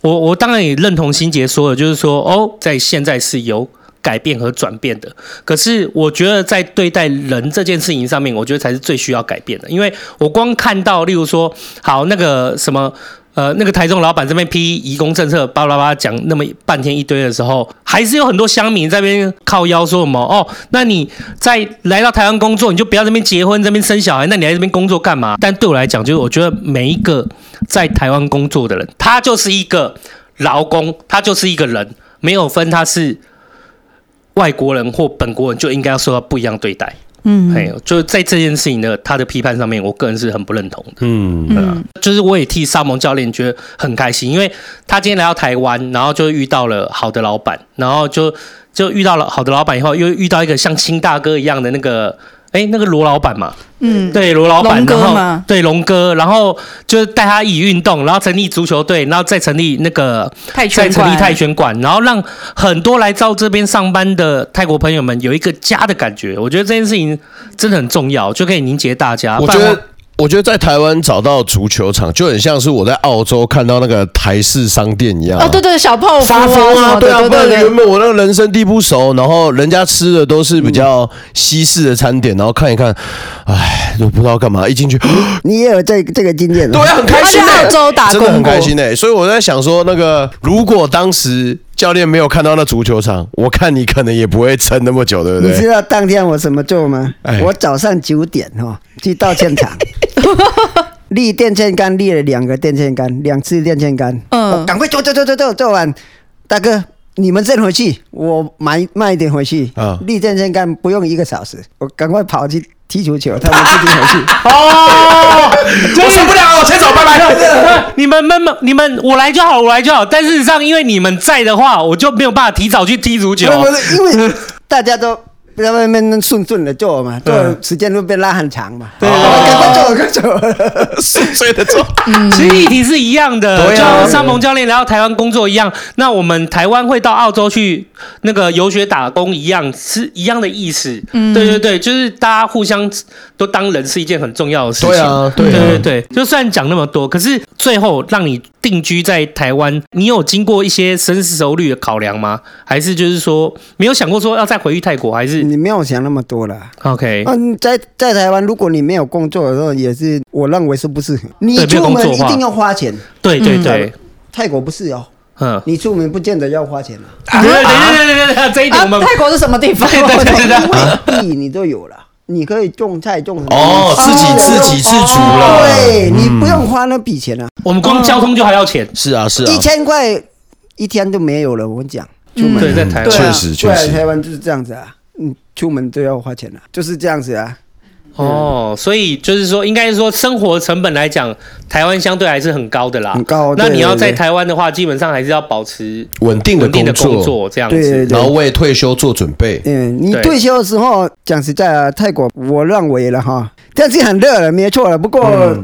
我我当然也认同心杰说的，就是说哦，在现在是有改变和转变的。可是我觉得在对待人这件事情上面，我觉得才是最需要改变的，因为我光看到，例如说，好那个什么。呃，那个台中老板这边批移工政策，巴拉巴拉讲那么半天一堆的时候，还是有很多乡民在那边靠腰说什么哦，那你在来到台湾工作，你就不要这边结婚，这边生小孩，那你来这边工作干嘛？但对我来讲，就是我觉得每一个在台湾工作的人，他就是一个劳工，他就是一个人，没有分他是外国人或本国人，就应该要受到不一样对待。嗯哎、就是在这件事情的他的批判上面，我个人是很不认同的。嗯，啊嗯就是我也替沙蒙教练觉得很开心，因为他今天来到台湾，然后就遇到了好的老板，然后就就遇到了好的老板以后，又遇到一个像亲大哥一样的那个，哎，那个罗老板嘛，嗯，对罗老板，龙哥然后嘛对龙哥，然后就是带他一起运动，然后成立足球队，然后再成立那个泰再拳成立馆泰拳馆，然后让很多来到这边上班的泰国朋友们有一个家的感觉。我觉得这件事情真的很重要，就可以凝结大啊家。我不觉然得。我觉得在台湾找到足球场，就很像是我在澳洲看到那个台式商店一样啊、哦，对对，小泡芙发疯什啊！么对的啊，对不然对对原本我那个人生地不熟，然后人家吃的都是比较西式的餐点，然后看一看，唉，都不知道干嘛。一进去，你也有这这个经验啊，对啊，很开他去心欸澳洲打真的很工过开心哎、所以我在想说，那个如果当时教练没有看到那足球场，我看你可能也不会撑那么久，对不你知对？道当天我怎么做吗哎？我早上九点哦去到现场，立电线杆立了两个电线杆，两次电线杆，哦嗯我赶快做做做做做做完，大哥。你们先回去，我买慢一点回去。嗯立电线杆不用一个小时，我赶快跑去踢足球，他们自己回去。哦， 我受 不了，我先走，拜拜。你们闷闷，你们我来就好，我来就好。但事实上，因为你们在的话，我就没有办法提早去踢足球。不是不是，因为大家都在外面顺顺的做嘛，做嗯时间会被拉很长嘛。对哦赶快做，赶快做。 顺遂的 做，嗯其实议题是一样的，对就啊像沙蒙教练来到台湾工作一样，那我们台湾会到澳洲去那个游学打工一样，是一样的意思。嗯对对对，就是大家互相都当人是一件很重要的事情。对啊，对对对啊，对，就算讲那么多，可是最后让你定居在台湾，你有经过一些深思熟虑的考量吗？还是就是说没有想过说要再回去泰国？还是你没有想那么多了。 OK？嗯，在在台湾，如果你没有工作的时候，也是我认为是不适合。你对没有出工作门的一话定要花钱，对对对，泰国不是哦，嗯，你出门不见得要花钱啊，对对对对对对，这一点我啊们，泰国是什么 地方？对对对地你都有了，你可以种菜种什么。哦，自己自给自足了，嗯对你不用花那笔钱啊，我们光交通就还要钱。是啊，是啊一，千块一天都没有了。我跟你讲，出门对，在台湾对确啊实对确啊，实台湾就是这样子啊，嗯，出门都要花钱啊，就是这样子啊。哦，所以就是说，应该说生活成本来讲，台湾相对还是很高的啦。很高那对你要在对对台湾的话，基本上还是要保持稳定的稳定工的工作，作这样对对子。对然后为退休做准备。嗯，你对退休的时候，讲实在啊，泰国我认为了哈，天气很热了，没错了，不过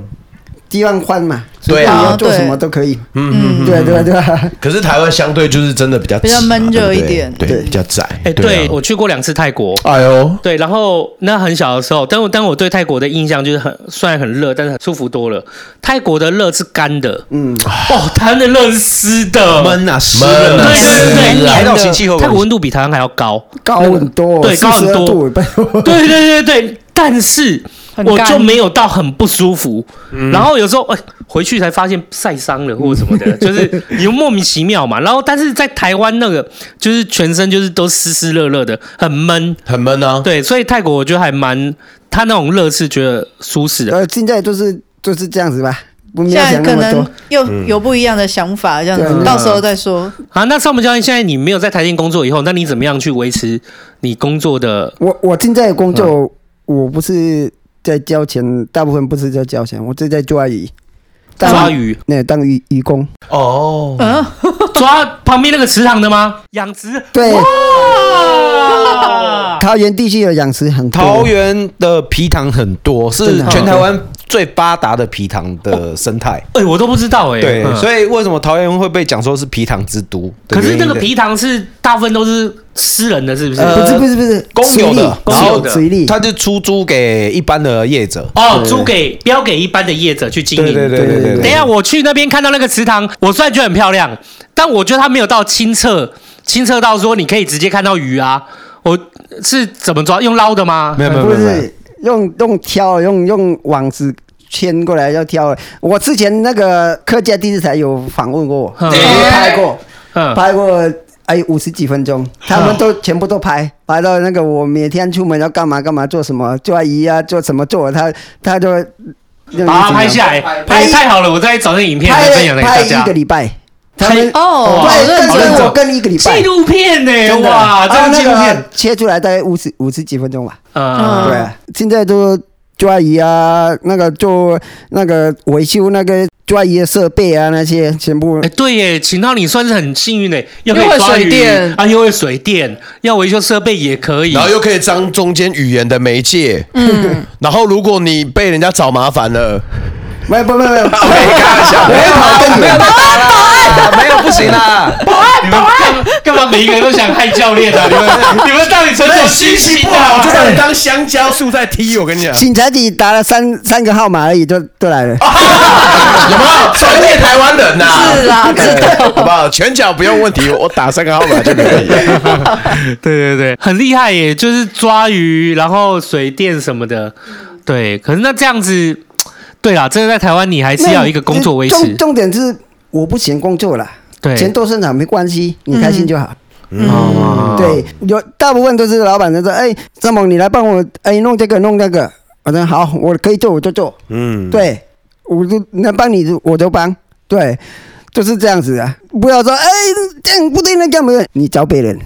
地方宽嘛，所以对啊你要做对什么都可以。嗯对对对啊，可是台湾相对就是真的比较比较挤嘛闷对热不一对点对，对比较窄。哎，对啊我去过两次泰国，哎呦，对，然后那很小的时候，但我但我对泰国的印象就是很虽然很热，但是很舒服多了。泰国的热是干的，嗯，哦，台湾的热是湿的，闷啊，湿闷了，啊对对对湿对了海岛型气候，泰国温度比台湾还要 高。高很多，对高很多42度拜 托对对对对，但是很我干就没有到很不舒服。嗯然后有时候哎、回去才发现晒伤了或什么 的，就是你就莫名其妙嘛。然后但是在台湾那个就是全身就是都湿湿热热的，很闷。很闷哦啊。对，所以泰国我觉得还蛮，他那种热是觉得舒适的。呃，现在就是就是这样子吧，不没现有在想可那么能多。又有不一样的想法，这样对子啊到时候再说。啊，那上我们教练，现在你没有在台电工作以后，那你怎么样去维持你工作的？我我现在的工作，我不是在交钱，大部分不是在交钱，我是在抓鱼，当抓，鱼，那当渔渔工，哦，嗯，抓旁边那个池塘的吗？养殖。对， 哇桃园地区的养殖很多，桃园的皮塘很多，真是的好全台湾最发达的皮塘的生态。哎、我都不知道哎、对，嗯所以为什么桃园会被讲说是皮塘之都？可是这那个皮，塘是大部分都是私人的是不是？呃不呃是不是不是，公有水的利然后水利，他就出租给一般的业者。哦，租给标给一般的业者去经对营。对对对对等一对，下，我去那边看到那个池塘，我虽然觉得很漂亮，但我觉得它没有到清澈，清澈到说你可以直接看到鱼啊。我是怎么抓？用捞的吗没？有没有不没有没有，是用用挑用用网子牵过来要挑的。我之前那个客家电视台有访问过我，嗯拍过嗯，拍过。哎，五十几分钟，他们都全部都拍，拍到那个我每天出门要干嘛干嘛，做什么抓鱼啊，做什么做，他他就把它拍下来，拍拍太好了！我再找那影片拍再分享了给拍大一家个。礼拜，他们拍哦好对，认但真是我跟一个礼纪拜，录片呢？真的哇，这啊样纪录那片个，切出来大概五十五十几分钟吧。嗯嗯对，啊现在都抓鱼啊，那个做那个维修那个抓鱼的设备啊，那些全部哎，对耶，请到你算是很幸运的，又可又以会抓水鱼电啊，又会水电，要维修设备也可以，然后又可以当中间语言的媒介。嗯，然后如果你被人家找麻烦了，没 不不不，啊没有啊没有跑更没有远，啊，没有不行 啦，你们啊干嘛干嘛每一个人都想害教练 啊？你们你们到底成什么心情我就啊？把你当香蕉树在踢。我跟你讲，警察局打了三三个号码而已，就都来啊了。有没有专业台湾人呐？是啦对好不好？拳脚不用问题，我打三个号码就可以。对对对，很厉害耶，就是抓鱼，然后水电什么的，对。可是那这样子，对啦，真的在台湾你还是要有一个工作维重持，重点是我不嫌工作了，对，嗯钱多生产没关系，你开心就好。哦嗯对，有大部分都是老板都说，哎，张猛你来帮我，哎，弄这个弄那个。我说好，我可以做我就做，嗯，对，我就能帮你我就帮，对，就是这样子啊，不要说哎这样不对那干嘛？你找别人，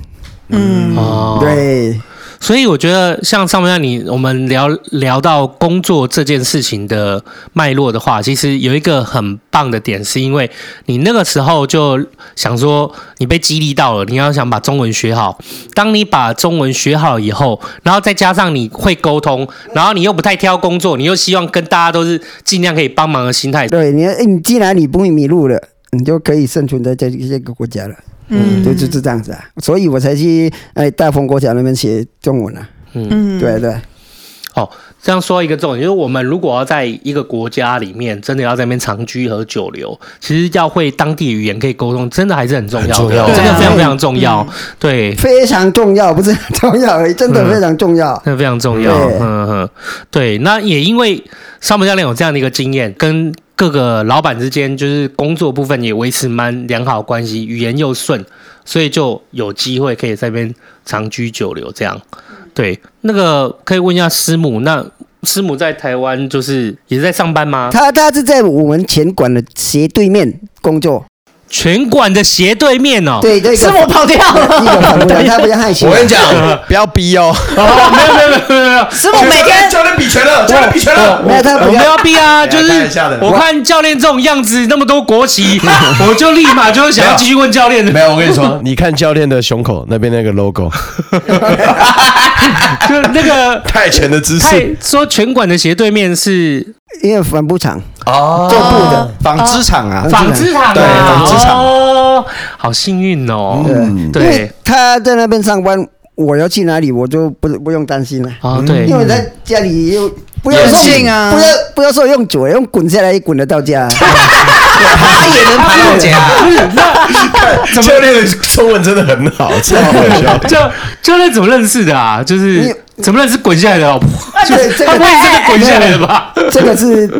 嗯，哦对，所以我觉得，像上半段你我们聊聊到工作这件事情的脉络的话，其实有一个很棒的点，是因为你那个时候就想说，你被激励到了，你要想把中文学好。当你把中文学好以后，然后再加上你会沟通，然后你又不太挑工作，你又希望跟大家都是尽量可以帮忙的心态。对你，哎你既然你不会迷路了，你就可以生存在这这个国家了，嗯，就就是这样子啊，所以我才去哎大丰国小那边学中文啊，嗯，对对，哦这样说一个重点，就是我们如果要在一个国家里面真的要在那边长居和久留，其实要会当地语言可以沟通，真的还是很重要的，很重要嗯真的非常对啊非常重要，对。非常重要，不是很重要而已，真的非常重要，那非常重要，对嗯哼，对，那也因为上本教练有这样的一个经验，跟各个老板之间就是工作部分也维持蛮良好的关系，语言又顺，所以就有机会可以在那边长居久留。这样，对，那个可以问一下师母，那师母在台湾就是也是在上班吗？他他是在我们前馆的斜对面工作，拳馆的斜对面哦。对对，是我跑掉一个了。反不了，他比较害羞啊我。跟你讲，不要逼哦。哦，没有没有没有没有没有，师傅每天教练比拳哦了，教练比拳了。没有他啊我比没较有逼啊，就哎呀开是玩笑的我看教练这种样子，那么多国旗，我就立马就是想要继续问教练的，没有，我跟你说， 你看教练的胸口那边那个 logo， 就那个泰拳的姿太势说拳馆的斜对面是因为帆布厂哦，做布的，纺织厂啊，嗯纺织厂啊，对纺织厂哦，好幸运哦，嗯因为对，他在那边上班，我要去哪里我就不不用担心了，啊哦对嗯因，为 在家里又不要也说近啊不要不要说用左用滚下来也滚得到家，啊他也能爬到家，教练的中文真的很 好，超好笑。教教练怎么认识的啊？就是你怎么认识滚下来的老婆？ 对 这他不个会真的滚下来的吧？这个是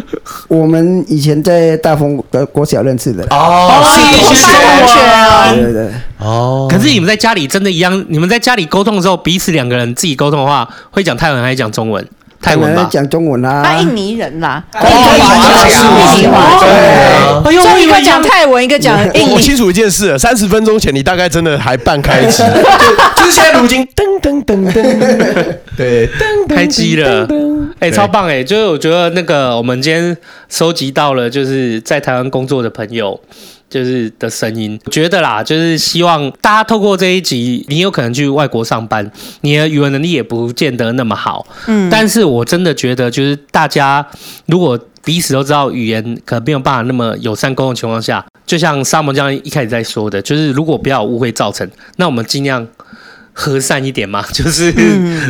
我们以前在大丰国国小认识的，哦同学啊对对对，哦，可是你们在家里真的一样？你们在家里沟通的时候，彼此两个人自己沟通的话，会讲泰文还是讲中文？泰文吧。讲中文啊他啦，啊印尼人啦，哦印尼华侨哦哎呦，所我以以一为个讲一样泰文，一个讲印我我尼。清楚一件事，三十分钟前你大概真的还半开 机，就就是现在如今 噔噔噔噔，对，噔开机了，哎、对超棒哎、就是我觉得那个我们今天收集到了，就是在台湾工作的朋友。就是的声音，觉得啦，就是希望大家透过这一集，你有可能去外国上班，你的语文能力也不见得那么好，嗯，但是我真的觉得，就是大家如果彼此都知道语言可能没有办法那么友善沟通的情况下，就像沙漠这样一开始在说的，就是如果不要有误会造成，那我们尽量和善一点嘛， 就是、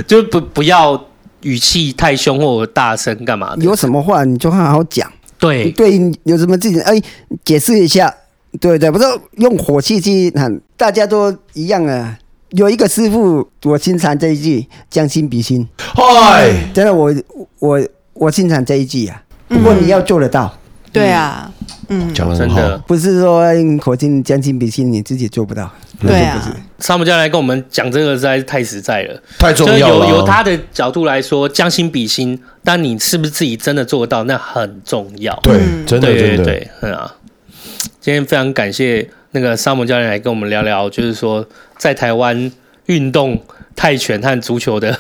就不不要语气太凶或大声干嘛的。有什么话你就好好讲，对对，有什么自己哎解释一下，对对，不是用火气去喊，大家都一样啊。有一个师傅，我欣赏这一句“将心比心嗨，”，真的我，我我欣赏这一句啊。不过你要做得到，对啊，嗯，讲的真很好。的，不是说用口径将心比心，你自己做不到。对啊，沙姆教练来跟我们讲这个实在是太实在了。太重要了就啊。由由他的角度来说，将心比心，但你是不是自己真的做得到，那很重要。对，真的对真对的，对，嗯啊，今天非常感谢那个沙姆教练来跟我们聊聊，就是说在台湾运动泰拳和足球的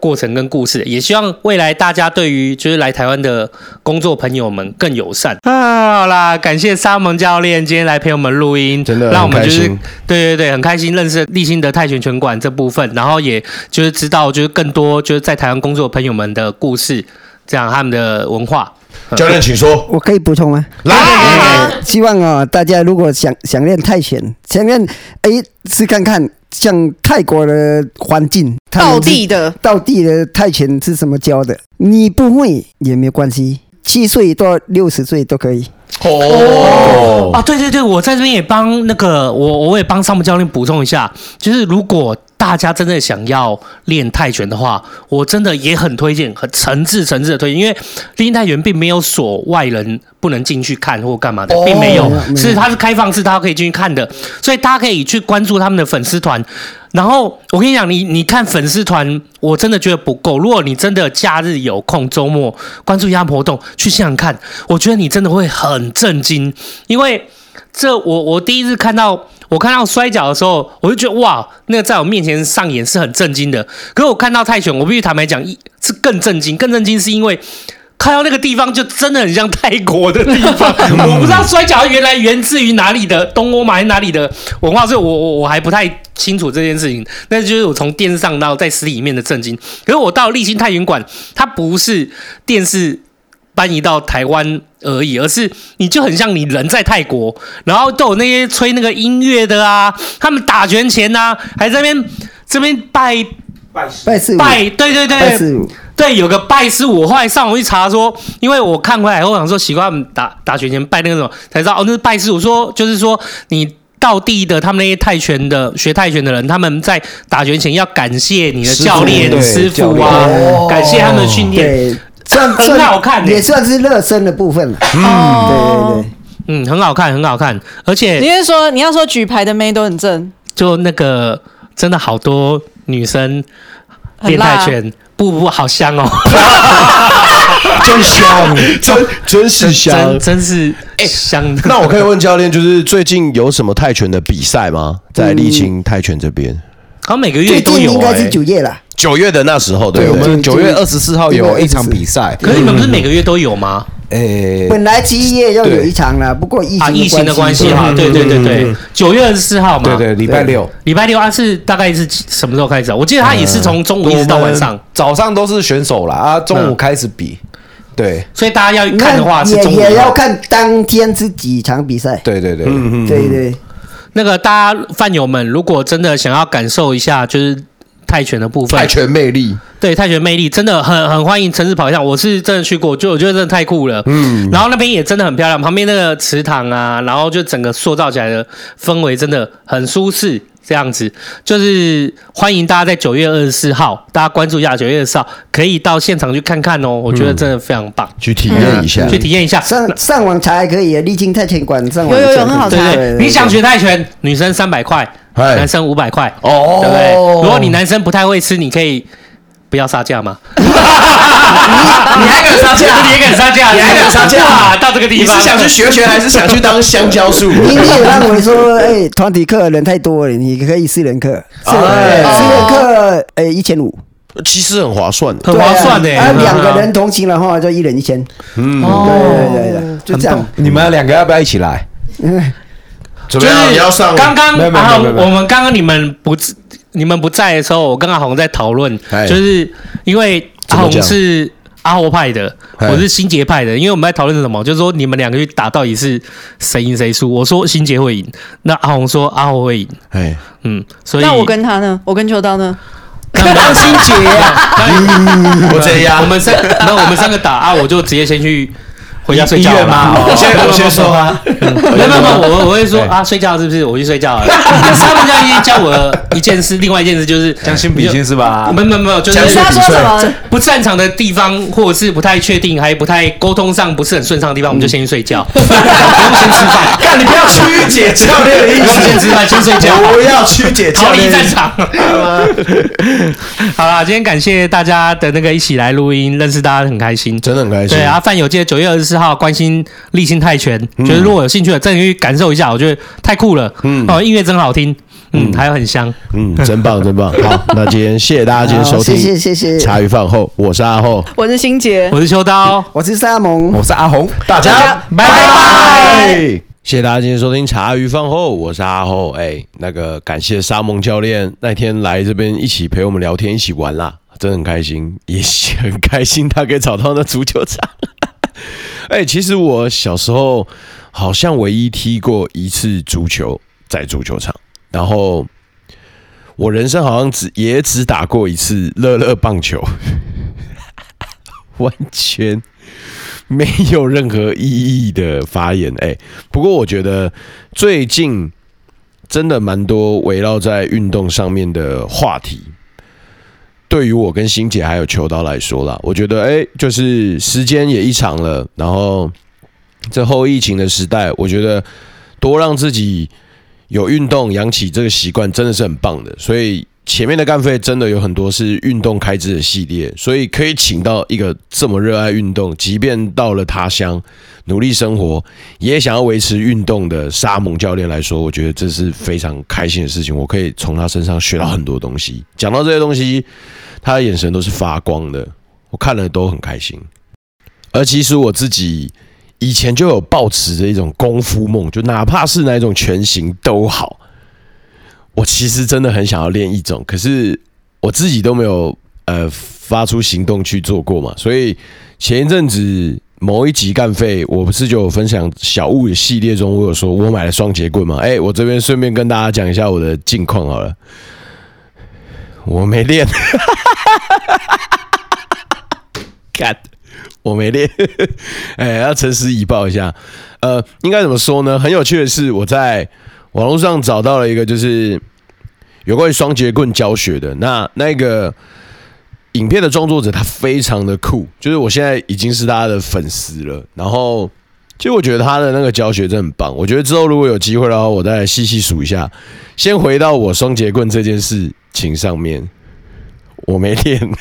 过程跟故事，也希望未来大家对于就是来台湾的工作朋友们更友善啊。好啦，感谢沙蒙教练今天来陪我们录音，真的让我们很就开是心对对对，很开心认识立新的泰拳拳馆这部分，然后也就是知道就是更多就是在台湾工作的朋友们的故事，这样他们的文化。教练请 说，我可以补充吗？来，希望啊、大家如果想想练泰拳，想练哎试看看，像泰国的环境，他们道是地的，到底的泰拳是怎么教的，你不会也没有关系，七岁到六十岁都可以。啊，哦，对对对，我在这边也帮那个我，我也帮上木教练补充一下，就是如果大家真的想要练泰拳的话，我真的也很推荐，很诚挚诚挚的推荐，因为练泰拳并没有锁外人不能进去看或干嘛的，哦并没有没有没，有是它是开放式，大家可以进去看的，所以大家可以去关注他们的粉丝团。然后我跟你讲，你你看粉丝团，我真的觉得不够。如果你真的假日有空，周末关注一下活动，去现场看，我觉得你真的会很震惊，因为这我我第一次看到我看到摔跤的时候，我就觉得哇，那个在我面前上演是很震惊的。可是我看到泰拳，我必须坦白讲，一是更震惊，更震惊是因为。看到那个地方就真的很像泰国的地方，我不知道摔跤原来源自于哪里的东欧马还是哪里的文化，所以我我我还不太清楚这件事情。但是就是我从电视上到在实体里面的震惊，可是我到立新泰拳馆，它不是电视搬移到台湾而已，而是你就很像你人在泰国，然后都有那些吹那个音乐的啊，他们打拳前呐、啊，还在那边这边拜拜四五，拜，对对拜对四五，对，有个拜师，我后来上网去查说，因为我看回来以后我想说习惯打打拳前拜那个什么，才知道哦那是拜师。我说就是说你。到地的他们那些泰拳的学泰拳的人，他们在打拳前要感谢你的师傅教练、对师傅啊教练，感谢他们的训练。对，算很算好看欸也算是热身的部分了。对对哦对，，嗯，很好看，很好看，而且你是说你要说举牌的妹都很正，就那个真的好多女生很练辣啊泰拳，不不好香哦，真香，真真是香真。真是香的。那我可以问教练，就是最近有什么泰拳的比赛吗？在嗯沥青泰拳这边，好像每个月最都近有应该哎是，九月了，九月的那时候，对哦对，不我对？们九月二十四号有一场比赛，嗯可是你们不是每个月都有吗？哎诶，本来七月要有对一场了，不过疫啊，疫情情的的关系哈，对对对对嗯嗯对嗯，九月二十四号嘛，对对，礼拜六。礼拜六啊是大概是几什么时候开始啊？我记得他也是从中午一直到晚我上们，早上都是选手啦，啊，中午开始比，对所以大家要嗯那看的话是也中午也一要到。看当天是几场比赛。对对对，嗯对对，那个大家饭友们，如果真的想要感受一下，就是泰拳的部分，泰拳魅力，对泰拳魅力真的很很欢迎城市跑一趟，我是真的去过，就我觉得真的太酷了。嗯，然后那边也真的很漂亮，旁边那个池塘啊，然后就整个塑造起来的氛围真的很舒适。这样子就是欢迎大家在九月二十四号，大家关注一下九月二十四号，可以到现场去看看哦，我觉得真的非常棒，去体验一下嗯去。体验一下。上上网查也可以，丽晶泰拳馆上网有有有查很好对查对对对，对你想学泰拳，女生三百块，嗨男生五百块，哎哦哎对不对？如果你男生不太会吃，你可以不要杀价嘛。你还敢杀价你也敢杀价？你还敢杀价哇到这个地你方，是想去学拳，还是想去当香蕉 树？你你也认为说，哎、团体课人太多了，你可以私人课，私人哎哎私人课，哎、一千五，其实很划算嗯的，很划算的对欸，啊，啊两个人同行的话，就一人一千，嗯对对对对，就这样。你们两个要不要一起来？就怎么样？是你要上刚刚，没有没有啊然后没有没有我们刚刚你们不你们不在的时候，我跟阿红在讨论，哎就是因为阿怎么红讲是阿霍派的，嘿我是新杰派的，因为我们在讨论什么，就是说你们两个去打到底是谁赢谁输。我说新杰会赢，那阿红说阿霍会赢，哎，嗯，所以那我跟他呢？我跟秋刀呢？当新杰呀，我这样我们 三，那我们三个打啊，我就直接先去回家睡觉医了院吗？哦我先我先 说啊，没有没有没有，我我会说对啊，睡觉是不是？我去睡觉了。 但是他们家已经教我了一件事，另外一件事就是将心比心是吧？没有没有没有，就是将你心是比要说什么？不擅长的地方，或者是不太确定，还不太沟通上不是很顺畅的地方，我们就先去睡 觉，不用先吃饭，看 你不要曲解教练的意不用先吃饭，先睡觉。不要曲解逃教离练的战 意思。场。 好啦，今天感谢大家的那个一起来录音，认识大家很开心。真的很开心对啊，范友记得九月二十四号关心立新泰拳，嗯觉得如果有兴趣的，真的去感受一下，我觉得太酷了。嗯，哦，音乐真好听，嗯，还有很香。嗯，真棒，真棒。好，那今天谢谢大家今天收听，好谢谢谢谢茶余饭后，我是阿后，我是心杰，我是秋刀，我是沙蒙，我是阿红，大家拜拜。拜。谢谢大家今天收听茶余饭后，我是阿后。哎，那个感谢沙梦教练那天来这边一起陪我们聊天，一起玩啦，真的很开心，也很开心他可以找到那足球场。哎，其实我小时候好像唯一踢过一次足球，在足球场，然后我人生好像只也只打过一次乐乐棒球， 完全 没有任何意义的发言。哎、不过我觉得最近真的蛮多围绕在运动上面的话题。对于我跟欣姐还有秋刀来说啦，我觉得哎、就是时间也一长了，然后这后疫情的时代，我觉得多让自己有运动养起这个习惯真的是很棒的。所以前面的干费真的有很多是运动开支的系列，所以可以请到一个这么热爱运动，即便到了他乡努力生活，也想要维持运动的沙蒙教练来说，我觉得这是非常开心的事情。我可以从他身上学到很多东西。讲到这些东西，他的眼神都是发光的，我看了都很开心。而呃其实我自己以前就有抱持着一种功夫梦，就哪怕是哪一种拳型都好，我其实真的很想要练一种，可是我自己都没有呃发出行动去做过嘛，所以前一阵子。某一集干废，我不是就有分享小物的系列中，我有说我买了双节棍嘛？哎、我这边顺便跟大家讲一下我的近况好了。我没练，干，我没练，哎，要诚实以报一下。呃，应该怎么说呢？很有趣的是，我在网络上找到了一个就是有关于双节棍教学的。那那个影片的创作者他非常的酷，就是我现在已经是他的粉丝了。然后，其实我觉得他的那个教学真的很棒。我觉得之后如果有机会的话，我再来细细数一下。先回到我双节棍这件事情上面，我没练。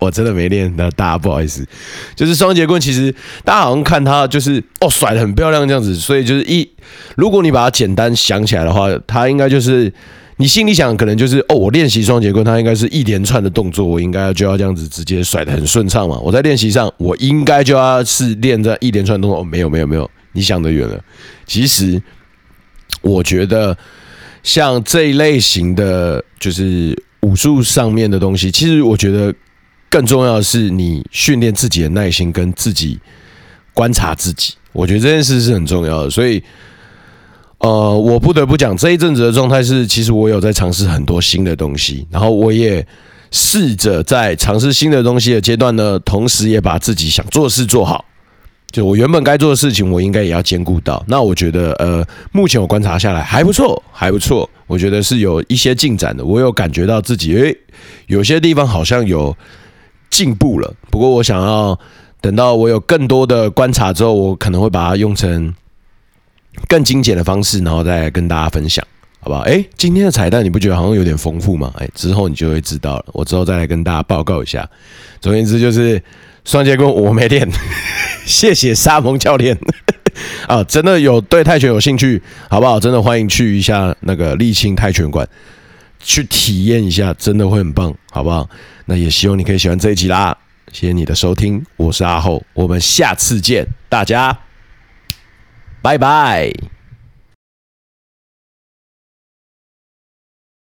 我真的没练，那大家不好意思。就是双节棍，其实大家好像看他就是哦甩的很漂亮这样子，所以就是一，如果你把它简单想起来的话，它应该就是你心里想可能就是哦，我练习双节棍，它应该是一连串的动作，我应该就要这样子直接甩的很顺畅嘛。我在练习上，我应该就要是练这一连串动作。哦，没有没有没有，你想得远了。其实我觉得像这一类型的就是武术上面的东西，其实我觉得更重要的是你训练自己的耐心跟自己观察自己，我觉得这件事是很重要的。所以，呃，我不得不讲这一阵子的状态是，其实我有在尝试很多新的东西，然后我也试着在尝试新的东西的阶段呢，同时也把自己想做的事做好。就我原本该做的事情，我应该也要兼顾到。那我觉得，呃，目前我观察下来还不错，还不错。我觉得是有一些进展的，我有感觉到自己，诶，有些地方好像有进步了。不过我想要等到我有更多的观察之后，我可能会把它用成更精简的方式，然后再跟大家分享，好不好？诶，今天的彩蛋你不觉得好像有点丰富吗？诶，之后你就会知道了。我之后再来跟大家报告一下。总而言之，就是双节棍我没练。 谢谢沙鹏教练 啊！真的有对泰拳有兴趣，好不好？真的欢迎去一下那个沥青泰拳馆去体验一下，真的会很棒，好不好？那也希望你可以喜欢这一集啦，谢谢你的收听，我是阿厚，我们下次见，大家拜拜。